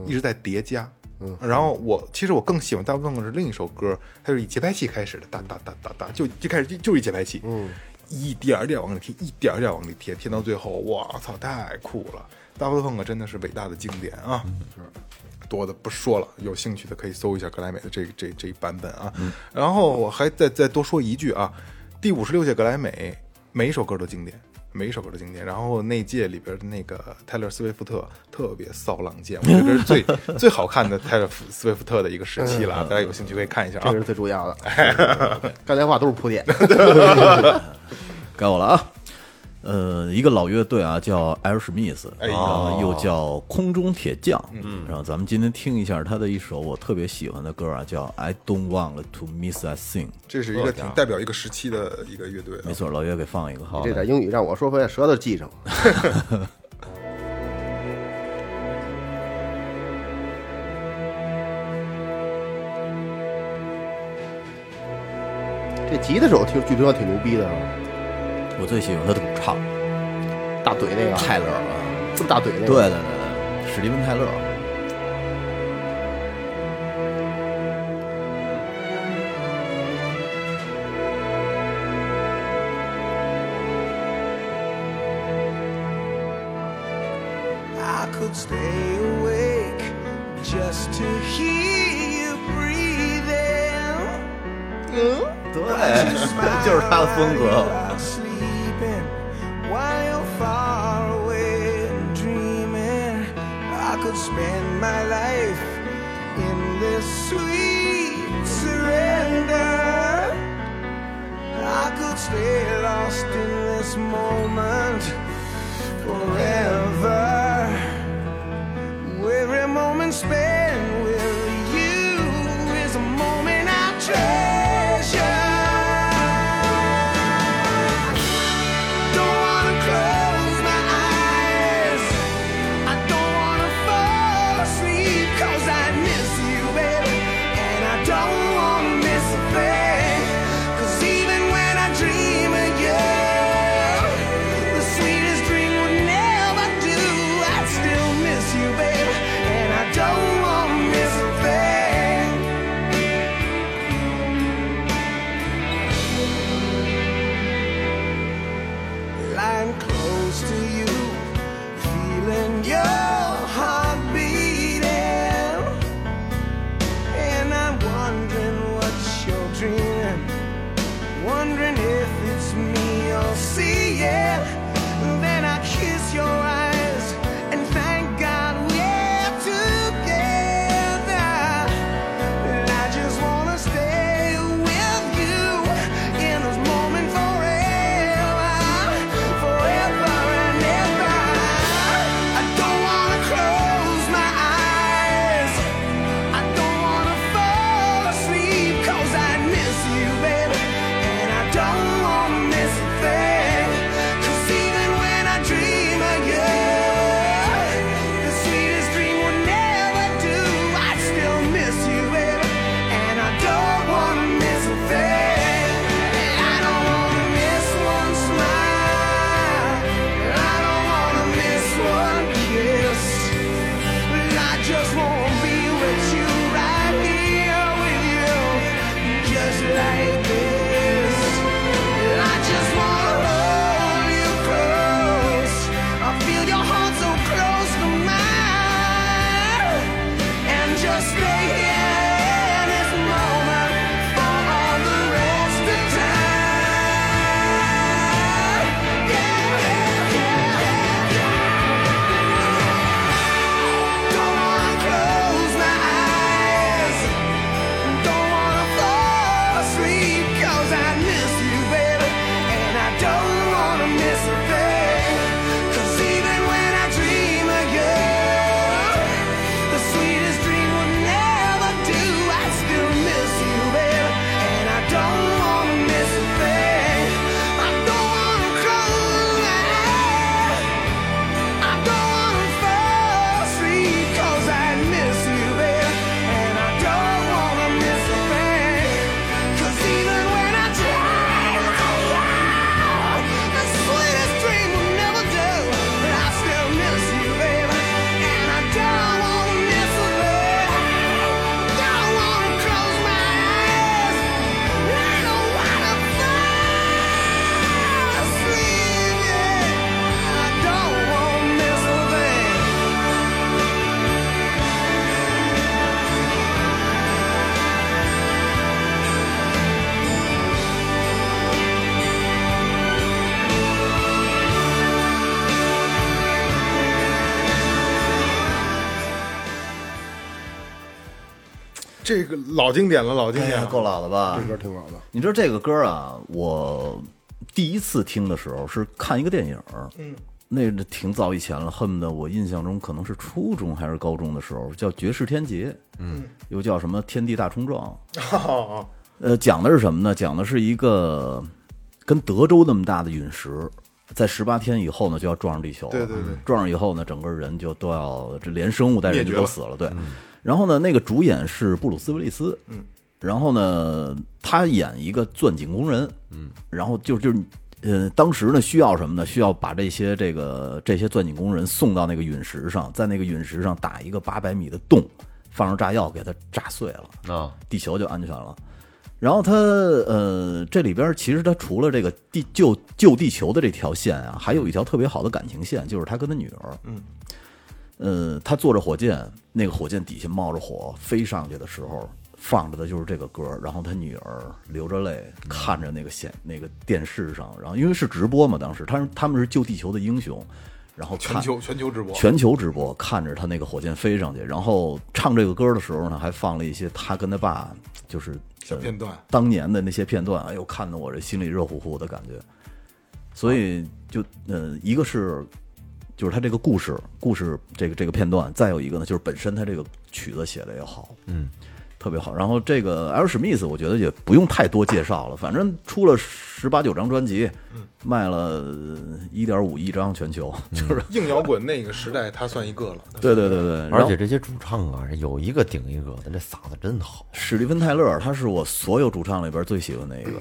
一直在叠加。嗯，然后我其实我更喜欢大部分是另一首歌，它是以节拍器开始的，哒哒哒哒哒，就就开始就就是一节拍器，嗯，一点儿一点儿往里贴，一点儿一点儿往里贴，贴到最后，我操，太酷了！大部分真的是伟大的经典啊，多的不说了，有兴趣的可以搜一下格莱美的这这这一版本啊。然后我还再再多说一句啊，第五十六届格莱美每一首歌都经典，每一首歌都经典。然后那届里边的那个泰勒·斯威夫特特别骚浪贱，我觉得这是最最好看的泰勒·斯威夫特的一个时期了啊，大家有兴趣可以看一下
这
啊
个。是最主要 的。刚才话都是铺垫，
该我了啊。呃，一个老乐队啊，叫艾尔史密斯，
哎
然后又叫空中铁匠，嗯，然后咱们今天听一下他的一首我特别喜欢的歌啊，叫《I Don't Want to Miss a Thing》。
这是一个挺代表一个时期的一个乐队啊。
没错，老岳给放一个，好
这点英语让我说回来，舌头记上了。 这吉他手听据说挺牛逼的啊，
我最喜欢他的主唱
大嘴那个，
泰勒啊，
这么大嘴那
对
个，
对对对，史蒂文泰勒。
I could stay awake just to hear you breathing.
对， 就是他的风格。
Sleeping while you're far away and dreaming, I could spend my life in this sweet surrender. I could stay lost in this moment forever. Every moment spent with you is a moment I treasure. Don't wanna close my eyes. I don't wanna fall asleep 'cause I miss you, baby. And I don't wanna miss a thing. 'Cause even when I dream of you, the sweetest dream would never do. I still miss you, baby. And I don't wanna miss a thing. lying close to you, feeling your heart beating, and I'm wondering what you're dreaming, wondering if it's me you're seeing. Then I kiss your eyes and thank God we're together. And I just wanna stay with you in this moment forever, forever and ever. I don't wanna close my eyes. I don't wanna fall asleep 'cause I miss you, baby, and I don't wanna miss a thing. 'Cause even when I dream of you, the sweetest dream will never do. I still miss you, baby, and I don't wanna miss a thing. And I don't wanna miss one smile. I don't wanna miss one kiss. I just wanna be with you right here with you, just like this. I just wanna hold you close. I feel your heart so close to mine, and just stay here in this moment for all the rest of time. Yeah, yeah, yeah. Don't wanna close my eyes. Don't wanna fall asleep 'cause I miss you, baby, and I don't wanna miss a thing. 'Cause even when I dream of you, the sweetest dream will never do. I still miss you, baby, and I don't wanna miss a thing. I don't wanna close my eyes. I don't wanna fall asleep 'cause I miss you, baby, and I don't wanna miss a thing. 'Cause even when I dream of you, the sweetest dream will never do. But I still miss you, baby, and I don't wanna miss a thing. Don't wanna close my eyes. I don't wanna fall asleep. I don't wanna miss a thing.
这个老经典了，老经
哎
典
呀，
了，
够老了吧？
这歌挺好的，
你知道这个歌啊，我第一次听的时候是看一个电影，嗯，那个挺早以前了，恨不得我印象中可能是初中还是高中的时候，叫《绝世天劫》，嗯，又叫什么《天地大冲撞》，
哦，
呃，讲的是什么呢？讲的是一个跟德州那么大的陨石，在十八天以后呢，就要撞上地球了。
对对对
撞上以后呢，整个人就都要这连生物带人
灭
就
绝
都
了
死了。对，然后呢，那个主演是布鲁斯·威利斯，嗯，然后呢，他演一个钻井工人，嗯，然后就就是。呃，当时呢需要什么呢？需要把这些这个这些钻井工人送到那个陨石上，在那个陨石上打一个八百米的洞，放上炸药给它炸碎了。
啊，
地球就安全了。然后它呃，这里边儿其实它除了这个地救救地球的这条线啊，还有一条特别好的感情线，就是他跟他女儿，嗯，呃，他坐着火箭，那个火箭底下冒着火飞上去的时候，放着的就是这个歌儿，然后他女儿流着泪
嗯
看着那个显那个电视上，然后因为是直播嘛，当时他是他们是救地球的英雄，然后看
全球全球直播，
全球直播，看着他那个火箭飞上去，然后唱这个歌的时候呢，还放了一些他跟他爸就是
小片段
呃当年的那些片段，哎呦，看得我这心里热乎乎的感觉。所以就呃，一个是就是他这个故事，故事这个这个片段，再有一个呢，就是本身他这个曲子写的也好，嗯，特别好。然后这个 L. Smith 我觉得也不用太多介绍了，反正出了十八九张专辑，
嗯
卖了一点五亿张全球， 就是
硬摇滚那个时代，他算一个了。
对对对
嗯
对，然
而
后
且这些主唱啊，有一个顶一个的，这嗓子真好。
史蒂芬泰勒他是我所有主唱里边最喜欢的一个，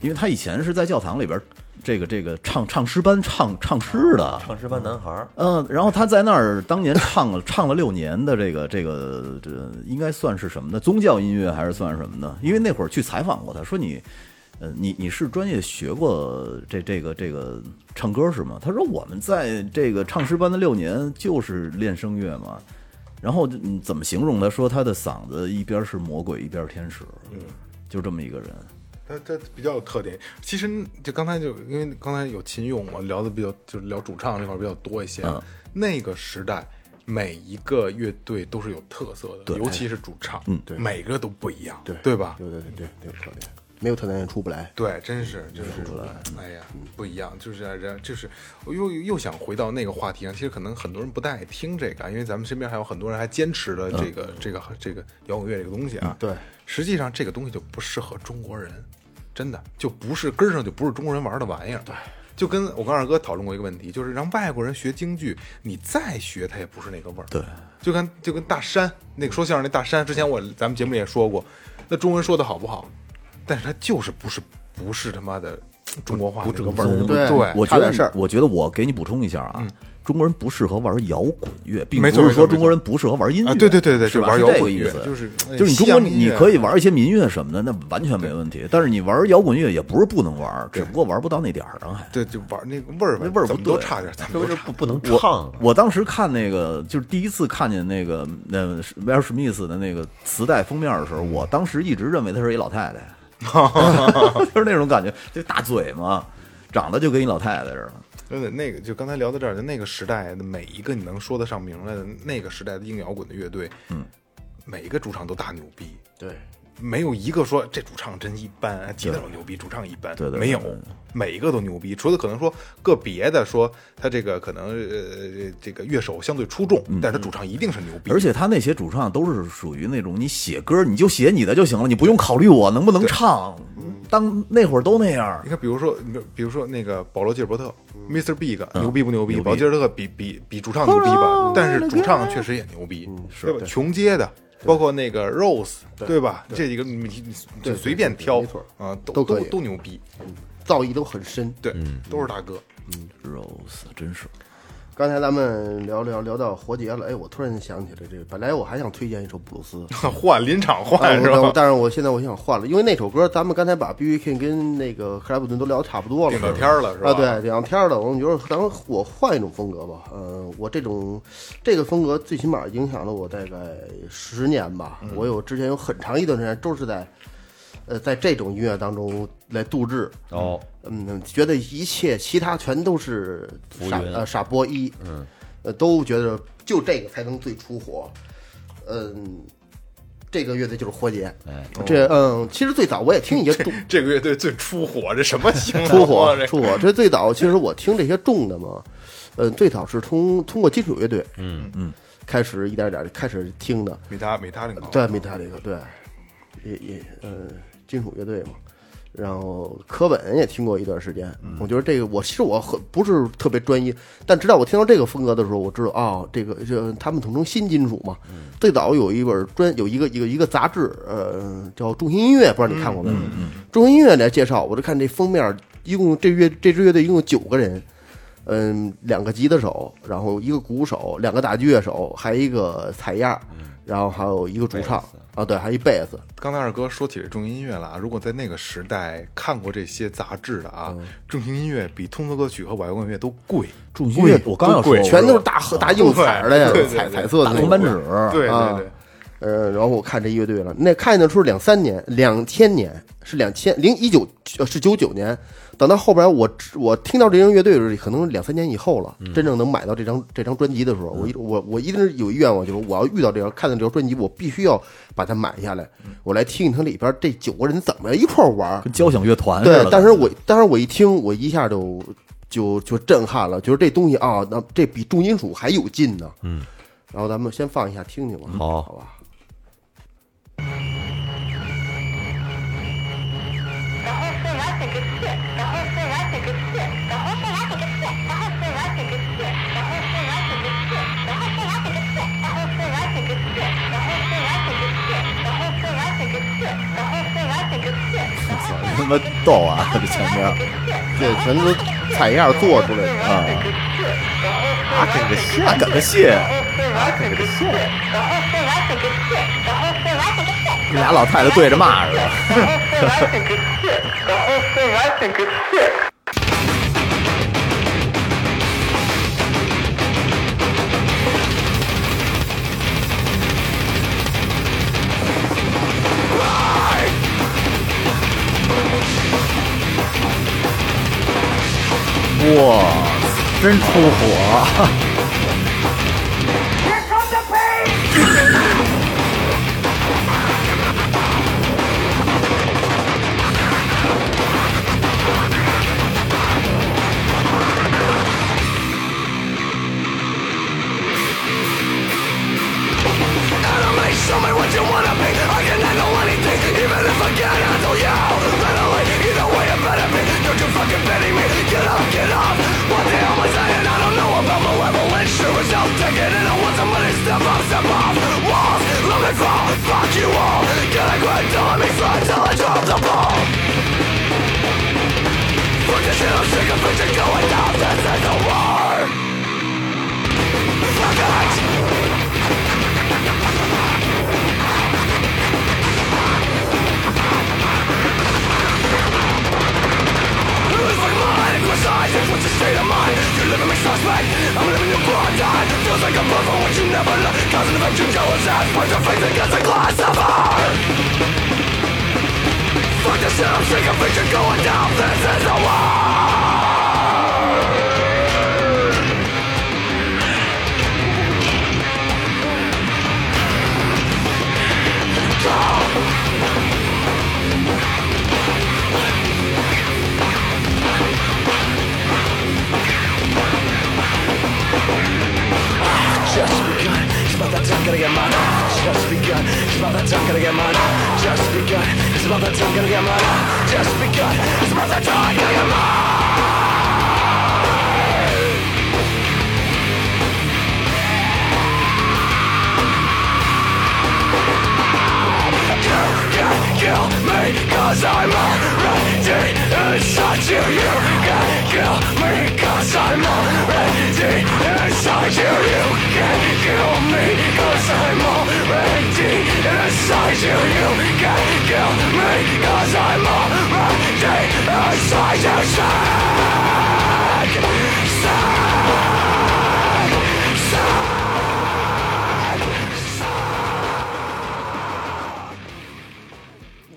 因为他以前是在教堂里边这个这个唱唱诗班唱唱诗的，
唱诗班男孩儿，
嗯、然后他在那儿当年唱了唱了六年的这个这个这应该算是什么呢？宗教音乐还是算什么呢？因为那会儿去采访过他，说你，呃，你你是专业学过这这个这个唱歌是吗？他说我们在这个唱诗班的六年就是练声乐嘛。然后嗯怎么形容他？说他的嗓子一边是魔鬼，一边是天使，就这么一个人。
他他比较有特点。其实就刚才就因为刚才有秦勇嘛，聊的比较就是聊主唱这块儿比较多一些。
嗯
那个时代，每一个乐队都是有特色的，尤其是主唱，嗯，
对
每个都不一样，
对
对吧？
对对对对，有特点，没有特点也出不来。
对，真是真是，哎呀，不一样，就是人，就是我又又想回到那个话题上。其实可能很多人不太爱听这个，因为咱们身边还有很多人还坚持了这个、这个这个摇滚乐这个东西啊。
对，
实际上这个东西就不适合中国人，真的就不是根儿上就不是中国人玩的玩意儿。对。就跟我跟二哥讨论过一个问题，就是让外国人学京剧，你再学他也不是那个味儿。
对，
就跟就跟大山那个说相声那大山，之前我咱们节目里也说过，那中文说的好不好，但是他就是不是不是他妈的中国话那个味儿，
对
对，
我
差
觉
点
得
事儿
我觉得我给你补充一下啊，中国人不适合玩摇滚乐，并
嗯没错
不是
没错
说中国人不适合玩音乐。
啊对对对对
是吧
就玩摇
是这个
滚
意
乐
思，
就是哎
就是你中国
西洋音
你
乐
可以玩一些民乐什么的，那完全没问题。但是你玩摇滚乐也不是不能玩，只不过玩不到那点儿上还。
对，就玩那个味儿吧，
那味儿不
怎么都
对
差点， 咱
这
们
不
都
是
差
不不能唱啊，
我当时看那个，就是第一次看见那个那威尔史密斯的那个磁带封面的时候，我当时一直认为她是一老太 太，就是那种感觉，就大嘴嘛，长得就跟一老太太似的。
真的那个就刚才聊到这儿，就那个时代的每一个你能说得上名来的那个时代的硬摇滚的乐队，嗯，每一个主唱都大牛逼，
对，
没有一个说这主唱真一般，吉他手牛逼，主唱一般，
对对
没有
对对，
每一个都牛逼，除了可能说个别的说他这个可能呃这个乐手相对出众，但是他主唱一定是牛逼，
嗯而且他那些主唱都是属于那种你写歌你就写你的就行了，你不用考虑我能不能唱。当那会儿都那样
你，看，比如说，你比如说那个保罗·吉尔伯特，Mr.
嗯
Big，牛啊逼不牛逼？
牛逼
保罗·吉尔伯特比比比主唱牛逼吧，但是主唱确实也牛逼，
嗯
对吧？穷街的，包括那个 Rose，对吧？这几个你你你就随便挑
没错，
啊，
都
都
可
都
以嗯
都牛逼，
造诣都很深。
对，都是大哥。
Rose 真是
刚才咱们聊聊聊到活结了，哎，我突然想起来这个，本来我还想推荐一首布鲁斯，
换临场
但
换是
是啊我
吧？
但是我现在我想换了，因为那首歌咱们刚才把 B B King 跟那个克莱普顿都聊得差不多了，
顶到天儿了是吧
啊，对，顶到天儿了。我们觉得咱们我换一种风格吧，嗯，我这种这个风格最起码影响了我大概十年吧。
嗯
我有之前有很长一段时间都是在呃在这种音乐当中来度日。
哦，
嗯，觉得一切其他全都是傻
云
呃傻波一，嗯，呃，都觉得就这个才能最出火，嗯，这个乐队就是活结。这嗯，其实最早我也听一些 重
这个乐队最出火，这什么形容啊？
出火
这
出火，这最早其实我听这些重的嘛，嗯，最早是通通过金属乐队，嗯嗯，开始一点点开始听的，
美他美他领导，
对，米塔里克，对，也也呃，金属乐队嘛。然后科本也听过一段时间，我觉得这个我其实我很不是特别专一，但直到我听到这个风格的时候，我知道哦，这个这他们统称新金属嘛。最早有一本专有一个一个一个杂志，呃，叫《重心音乐》，不知道你看过没有？重心音乐》来介绍，我就看这封面，一共这乐这支乐队一共有九个人，嗯，两个吉他手，然后一个鼓手，两个打击乐手，还一个采样，然后还有一个主唱啊，对，还一贝斯，
刚才二哥说起这重音乐了啊，如果在那个时代看过这些杂志的啊，重型音乐比通俗歌曲和玩摇滚乐都贵。
重音乐，我刚要说
贵
全都是大大硬彩的呀
对对，对
彩
对
彩色的
大
那
铜
种
扳指，
对
啊
对对，
呃，然后我看这乐队了，那看得出两三年，两千年是两千零一九呃是九九年，等到后边我我听到这张乐队的时候，可能是两三年以后了，真正能买到这张这张专辑的时候，我一我我一定是有一愿望，就是我要遇到这张看到这张专辑，我必须要把它买下来，我来听听它里边这九个人怎么一块儿玩儿，
跟交响乐团似的。
对，当时我当时我一听，我一下就就就震撼了，觉得这东西啊，那这比重金属还有劲呢。嗯，然后咱们先放一下听听吧。
好
好吧。
The whole thing I think is sick. The whole thing I think is sick. The whole thing I think is sick. The whole thing I think is sick. The whole thing I think is sick. The whole thing I think is sick. The whole thing I think is sick. The whole thing I think is sick. The whole thing I think is sick. The whole thing I think is sick. The whole
他妈逗啊！这前面
这全都是采样做出来的啊！
啊，给个谢，给个谢，
thing I think is sick. The whole thing I think is sick.
俩老太太对着骂似的。
The whole thing I think is sick. The whole thing I think is sick.
哇，真出火！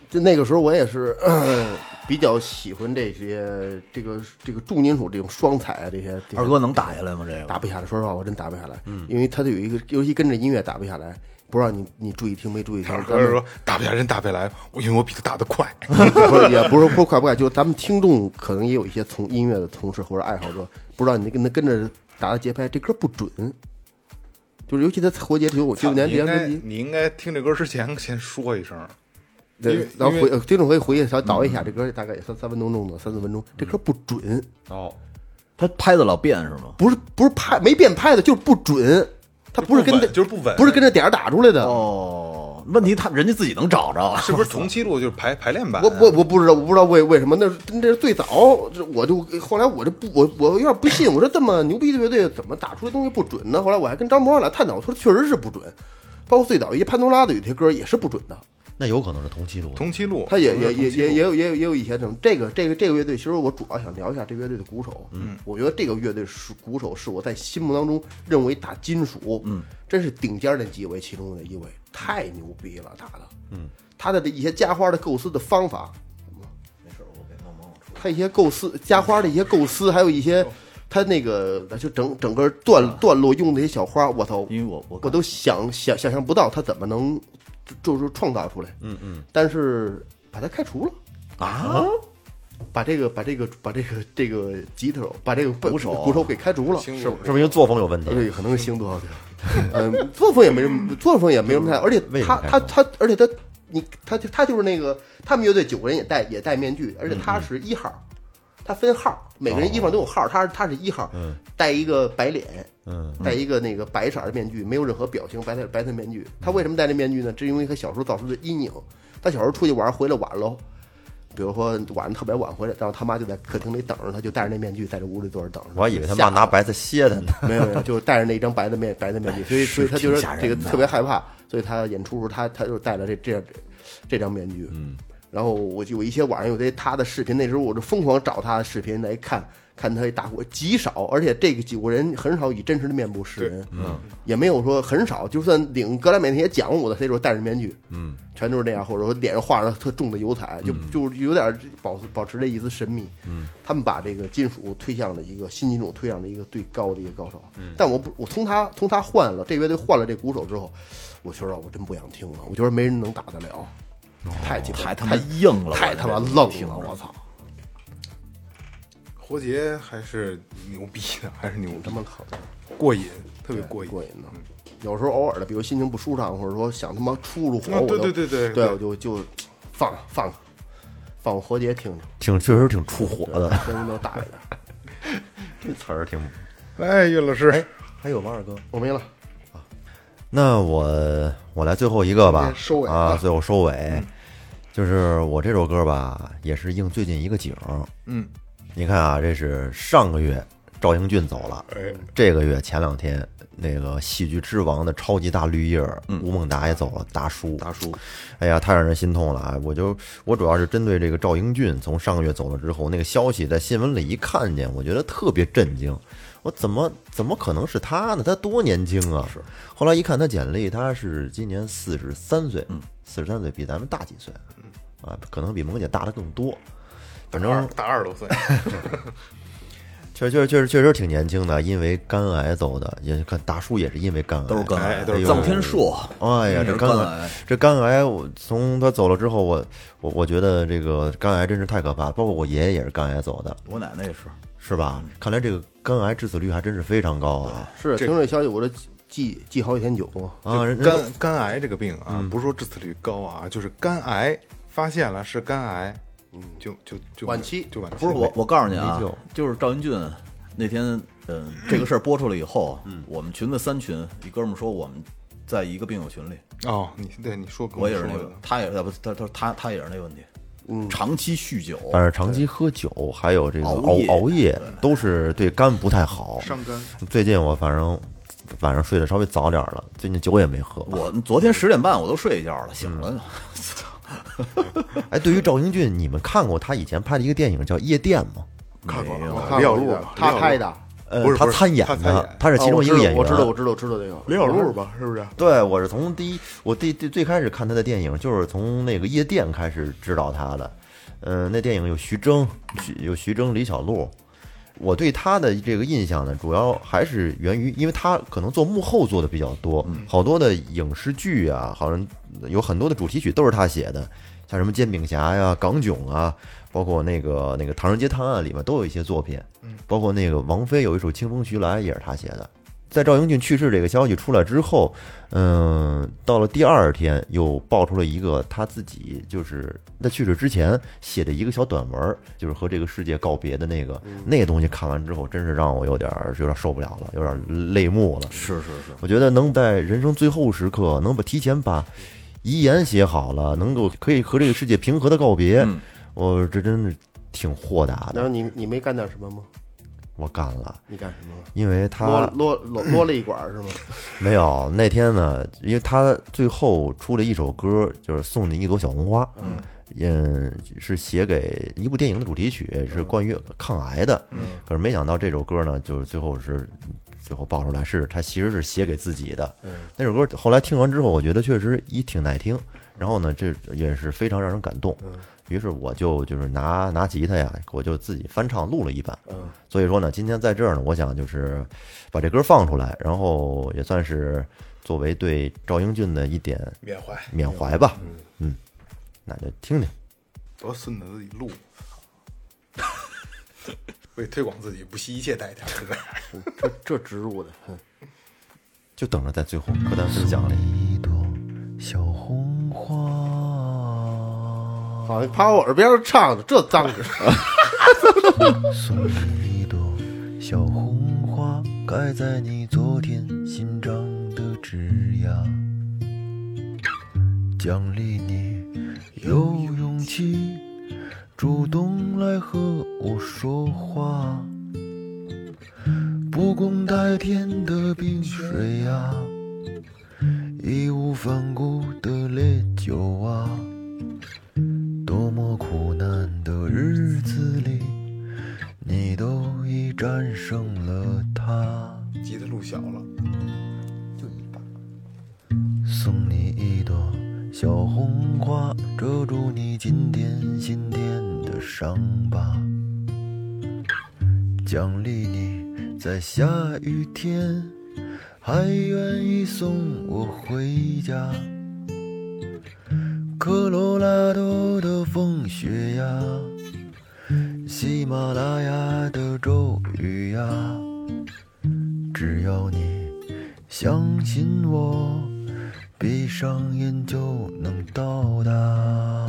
就那个时候我也是、呃比较喜欢这些这个这个重金属这种双彩啊这些。这些
二哥能打下来吗？这个
嗯
打不下来，说实话，我真打不下来，因为他就有一个，尤其跟着音乐打不下来。不知道你你注意听没注意听
小？
咱
哥
们
说打不下人打不下来，我因为我比他打得快。
不是， 也不是说快不快，就是咱们听众可能也有一些从音乐的从事或者爱好者，不知道你跟他跟着打的节拍，这歌不准，就是尤其他活节九五九
操
九年
你
这
应
张
该
专辑，
你应该听这歌之前先说一声，因
对
为，
然后
因为嗯
回听众可以回去小倒一下，这歌大概也三三分钟钟的，三四分钟，这歌不准，
哦，
他拍的老变是吗？
不是不是拍没变拍的，就是不准，他不是跟着
就是不稳
不是跟着点儿打出来的。
哦，问题他人家自己能找着，
是不是同期录就是排排练版？
我我我不知道，我不知道为为什么，那是那是最早，这我就后来我就不我我有点不信，我说这么牛逼的乐队怎么打出的东西不准呢？后来我还跟张博我俩探讨，我说确实是不准，包括最早一些潘多拉的有些歌也是不准的，
那有可能是同期录的。
同期录，
他也
我觉得
也也
同期录
也也有也有也有以前这种这个这个这个乐队，其实我主要想聊一下这乐队的鼓手，嗯，我觉得这个乐队是鼓手是我在心目当中认为打金属，嗯，真是顶尖儿的几位其中的一位，太牛逼了，打的，嗯，他的这一些加花的构思的方法，他一些构思加花的一些构思，还有一些他那个就整整个段段落用的一些小花，我操，
因为我我
我都想想想象不到他怎么能就就是创造出来，嗯嗯，但是把他开除了啊。把这个把这个把这个这个吉他手把这个鼓手鼓手给开除了，
听过
是不是因为作风有问题？
呃
对，可能是星多少 嗯，作风也没什么，作风也没什么太，而且
嗯为什
他
么开
他
放
他，而且他，你他就他就是那个，他们乐队九个人也戴也戴面具，而且
嗯
他是一号，他分号，每
哦
个人衣裳都有号，他是他是一号，戴一个白脸，
嗯，
戴一个那个白色儿的面具，没有任何表情，白色白色面具。他为什么戴这面具呢？这是因为他小时候造成的阴影。他小时候出去玩儿回来晚喽，比如说晚上特别晚回来，然后他妈就在客厅里等着他，就戴着那面具在这屋里坐着等着。
我还以为他
吓
妈
得
拿白菜歇他呢。
没有没有，就是戴着那张白的面白的面具，所以所以他觉得
哎挺吓人
这个
的
特别害怕，所以他演出时候他他就戴了这这样这张面具，嗯，然后我就有一些晚上有些他的视频，那时候我就疯狂找他的视频来看。看他打鼓极少，而且这个几国人很少以真实的面部示人，嗯，也没有说很少，就算领格莱美那些奖，我的他也就是戴着面具，嗯，全都是那样，或者说脸上画着特重的油彩，就就有点保保持着一丝神秘，嗯，他们把这个金属推向了一个新金属推向了一个最高的一个高潮，嗯，但我不，我从他从他换了这乐队换了这鼓手之后，我觉得我真不想听了，我觉得没人能打得了，太鸡巴
太他妈
太
硬了，
太
我
他妈
这
愣
听
了，
着
我操！
活结还是牛逼的，还是牛逼
他，妈坑，
过瘾，特别过瘾。
过瘾呢。有时候偶尔的，比如心情不舒畅，或者说想他妈出出火，
啊
我
对
就
对对对
对
对
我就就放放放我活结听听，
挺确实挺出火的，
声音都大一点。
这 词儿挺。
哎，岳老师，
还有吗，二哥？
我没了，
那我我来最后一个吧，
收尾
啊
啊，
最后收尾，就是我这首歌吧，也是应最近一个景儿。
嗯，
你看啊，这是上个月赵英俊走了，
哎，
这个月前两天那个喜剧之王的超级大绿叶儿吴孟达也走了，达叔，达叔，哎呀，太让人心痛了啊！我就我主要是针对这个赵英俊从上个月走了之后，那个消息在新闻里一看见，我觉得特别震惊。我怎么怎么可能是他呢？他多年轻啊！是。后来一看他简历，他是今年四十三岁，四十三岁比咱们大几岁，啊，可能比萌姐大的更多。反正
二大二十多岁，
确实确实确实确实挺年轻的，因为肝癌走的，也看达叔也是因为肝癌，
都是肝癌，
哎都是
臧天朔，
哎呀，
也
这
是
肝
肝
癌
癌，
这肝癌，我从他走了之后，我我我觉得这个肝癌真是太可怕了。包括我爷爷也是肝癌走的，
我奶奶也是，
是吧？看来这个肝癌致死率还真是非常高啊！
是听这消息我这记记好几天酒，
啊，人人
肝肝癌这个病啊，
嗯
不是说致死率高啊，就是肝癌发现了是肝癌，嗯，就就就
晚期
就晚期，
不是我，我告诉你
没
啊
救，
就是赵英俊那天，嗯、这个事儿播出来以后，我们群的三群一哥们儿说我们在一个病友群里，
哦，你对你说，跟
我也是
说
那
的
个，他也是呃不，他他他他也是那问题，长期酗酒，
但是长期喝酒，还有这个熬
熬夜
熬夜，都是对肝不太好。
伤肝，
最近我反正晚上睡得稍微早点了，最近酒也没喝。
我昨天十点半我都睡一觉了，醒了，
哎，对于赵英俊，你们看过他以前拍的一个电影叫《夜店》吗？
看过
没有
了，
看
李小
过
璐
这
吧
个，
李小璐
他拍的，啊
呃
不是
他
不是
参演
他参
的
演，
他是其中
哦我
一
知
个
道
演员。
我知道我知道我知道这个
李小璐吧，是不是？
对，我是从第一，我第第最开始看他的电影，就是从那个夜店呃开始知道他的。嗯、那电影有徐峥，徐有徐峥、李小璐，我对他的这个印象呢，主要还是源于，因为他可能做幕后做的比较多，好多的影视剧啊，好像有很多的主题曲都是他写的，像什么《煎饼侠》呀、《港囧》啊，包括那个那个《唐人街探案》里面都有一些作品，包括那个王菲有一首《清风徐来》也是他写的。在赵英俊去世这个消息出来之后，嗯，到了第二天又爆出了一个他自己就是在去世之前写的一个小短文儿，就是和这个世界告别的那个那个东西。看完之后，真是让我有点儿有点儿受不了了，有点儿泪目了。
是是是，
我觉得能在人生最后时刻，能把提前把遗言写好了，能够可以和这个世界平和的告别，我这真是挺豁达
然
的
后。你你没干点什么吗？
我干了，
你干什么了？
因为他
落落落落了一管儿是吗？
没有那天呢，因为他最后出了一首歌，就是送你一朵小红花，嗯，是写给一部电影的主题曲，是关于抗癌的。可是没想到这首歌呢，就是最后是最后爆出来是他其实是写给自己的。那首歌后来听完之后，我觉得确实一挺耐听，然后呢，这也是非常让人感动。于是我就就是拿拿吉他呀，我就自己翻唱录了一版。所以说呢，今天在这儿呢，我想就是把这歌放出来，然后也算是作为对赵英俊的一点
缅怀，
缅怀吧。嗯，那就听听。
多孙子自己录， 为推广自己不惜一切代价，是不是？
这这植入的，哼
就等着在最后歌单分享里。
哦
好像趴我耳边儿唱的，这脏 着。
一朵小红花，开在你昨天新长的枝桠，奖励你有勇气主动来和我说话。不共戴天的冰水啊，义无反顾的烈酒啊，多么苦难的日子里。你都已战胜了它。
吉他录小了，就一把。
送你一朵小红花，遮住你今天心天的伤疤，奖励你在下雨天还愿意送我回家。科罗拉多的风雪呀，喜马拉雅的骤雨呀，只要你相信我。闭上眼就能到达。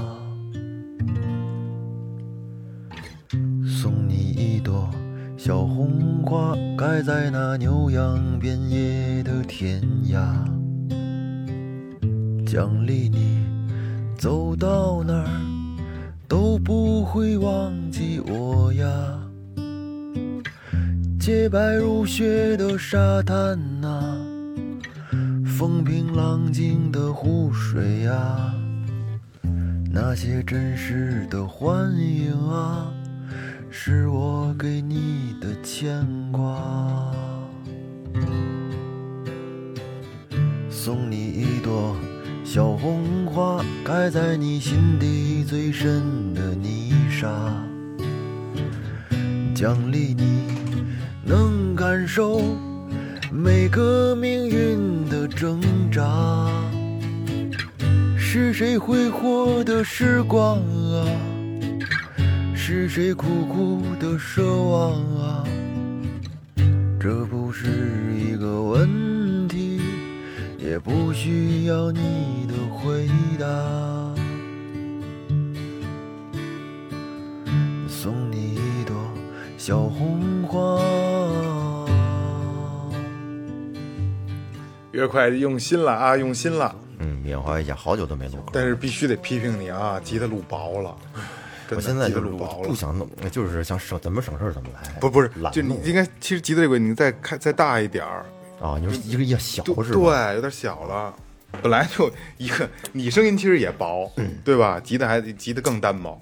送你一朵小红花，开在那牛羊遍野的天涯。奖励你走到哪儿都不会忘记我呀。洁白如雪的沙滩呐、风平浪静的湖水呀、那些真实的欢迎啊，是我给你的牵挂。送你一朵小红花，开在你心底最深的泥沙，奖励你能感受。每个命运的挣扎。是谁挥霍的时光啊？是谁苦苦的奢望啊？这不是一个问题，也不需要你的回答。送你一朵小红花。
越快用心了啊，用心了，
嗯，缅怀一下，好久都没录歌。
但是必须得批评你啊，吉他录薄了。真的
我现在
吉他
就是
录薄
我
了，
不想弄，就是想省怎么省事儿怎么来。
不不是，
懒
就你
弄
应该，其实吉他这个你再开再大一点儿，
啊，你说一个一个小
对
是
对，
吧？
有点小了。本来就一个，你声音其实也薄，
嗯
对吧？吉他还吉他更单薄，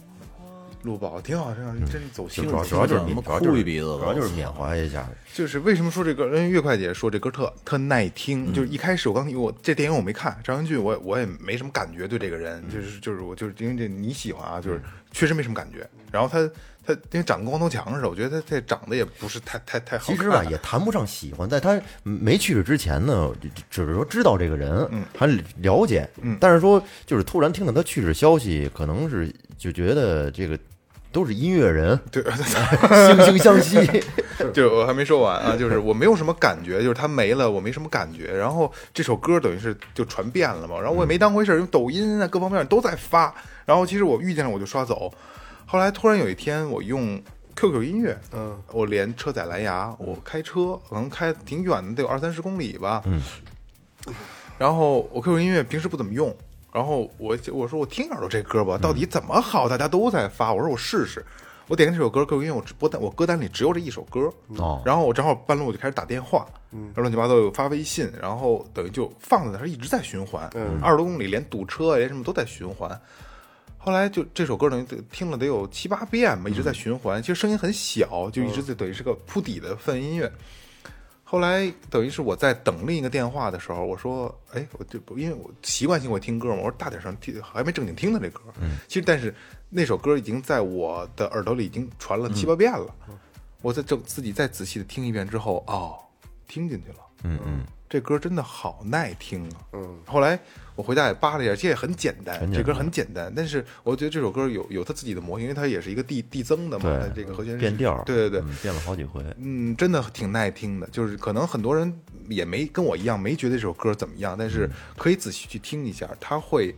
录薄挺好，挺好，真是走心
嗯主
了
要。主要就是
听着
主要
怎
就
么哭
是
一鼻子
主要就是缅怀一下。
就是为什么说这歌？因为岳会计说这歌特特耐
嗯
听，就是一开始我刚我这电影我没看，张文俊我也我也没什么
嗯
感觉对这个人，就是就是我就是因为这你喜欢啊，就是确实没什么感觉。然后他他因为长光头强似的，我觉得他这长得也不是太太太好
其
看。
实吧，也谈不上喜欢，在他没去世之前呢，只只是说知道这个人，
嗯
还了解，但是说就是突然听到他去世消息，可能是就觉得这个都是音乐人，
对，
惺惺相惜，
就我还没说完啊，就是我没有什么感觉，就是他没了，我没什么感觉。然后这首歌等于是就传遍了嘛，然后我也没当回事儿，因为抖音啊各方面都在发。然后其实我遇见了我就刷走，后来突然有一天我用 QQ 音乐，嗯，我连车载蓝牙，我开车可能开挺远的，得有二三十公里吧，嗯。然后我 QQ 音乐平时不怎么用，然后我我说我听一耳朵这歌吧，到底怎么好？大家都在发，我说我试试。我点开这首歌，QQ 音乐我直播单我歌单里只有这一首歌，
哦
然后我正好半路我就开始打电话，然后乱七八糟又发微信，然后等于就放在那儿一直在循环，二十多公里连堵车连什么都在循环。后来就这首歌等于听了得有七八遍吧，一直在循环。其实声音很小，就一直在等于是个铺底的氛围音乐。后来等于是我在等另一个电话的时候，我说：“哎，我就不因为我习惯性会听歌嘛，我说大点声听，还没正经听呢这歌。其实但是那首歌已经在我的耳朵里已经传了七八遍了。我在整自己再仔细的听一遍之后，哦，听进去了。嗯嗯，这歌真的好耐听啊。嗯，后来我回家也扒了一下，其实也很简单，这歌很简单，但是我觉得这首歌有有它自己的魔性，因为它也是一个递递增的嘛，
对
它这个和弦是
变调，
对对对。
嗯变了好几回，
嗯，真的挺耐听的，就是可能很多人也没跟我一样，没觉得这首歌怎么样，但
嗯
是可以仔细去听一下，它会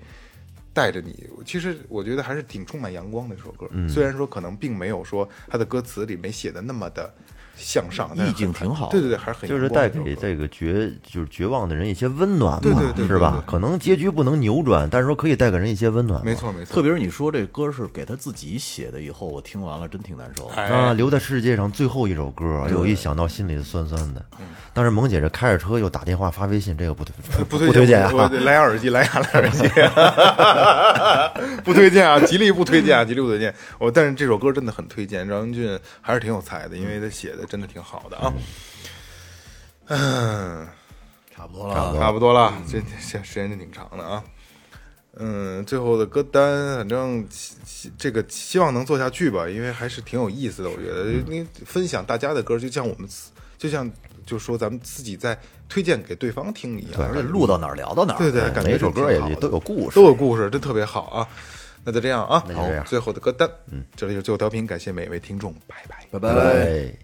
带着你。其实我觉得还是挺充满阳光的一首歌，
嗯
虽然说可能并没有说它的歌词里没写的那么的向上，但是
意境
很
挺好的
对对对，还是很
就是
阳光
带
的一
给
首歌
这个绝就是绝望的人一些温暖嘛，
对对对
是吧
对？对
可能结局不能扭转，但是说可以带给人一些温暖嘛，
没错没错，
特别是你说这歌是给他自己写的，以后我听完了真挺难受的。
哎
啊，留在世界上最后一首歌，有一想到心里酸酸的。
嗯
但是萌姐这开着车又打电话发微信，这个不推
不
推荐
我
啊。
我蓝牙耳机，蓝牙蓝牙耳机， 不推荐啊，极力不推荐啊，极力不推荐。我但是这首歌真的很推荐，张文俊还是挺有才的，因为他写的真的挺好的啊。嗯，
差不多了，
差不多了，这这时间真挺长的啊。嗯，最后的歌单，反正希希这个希望能做下去吧，因为还是挺有意思的。我觉得，因为分享大家的歌，就像我们自，就像就说咱们自己在推荐给对方听一样，而且
录到哪儿聊到哪儿。嗯
对对，感觉
每首歌也
挺好的
都有故事，
都有故事，真特别好啊！那就这样啊，
那就这样
好最后的歌单，嗯，这里是最后调频，感谢每位听众，拜拜。
拜拜。
对。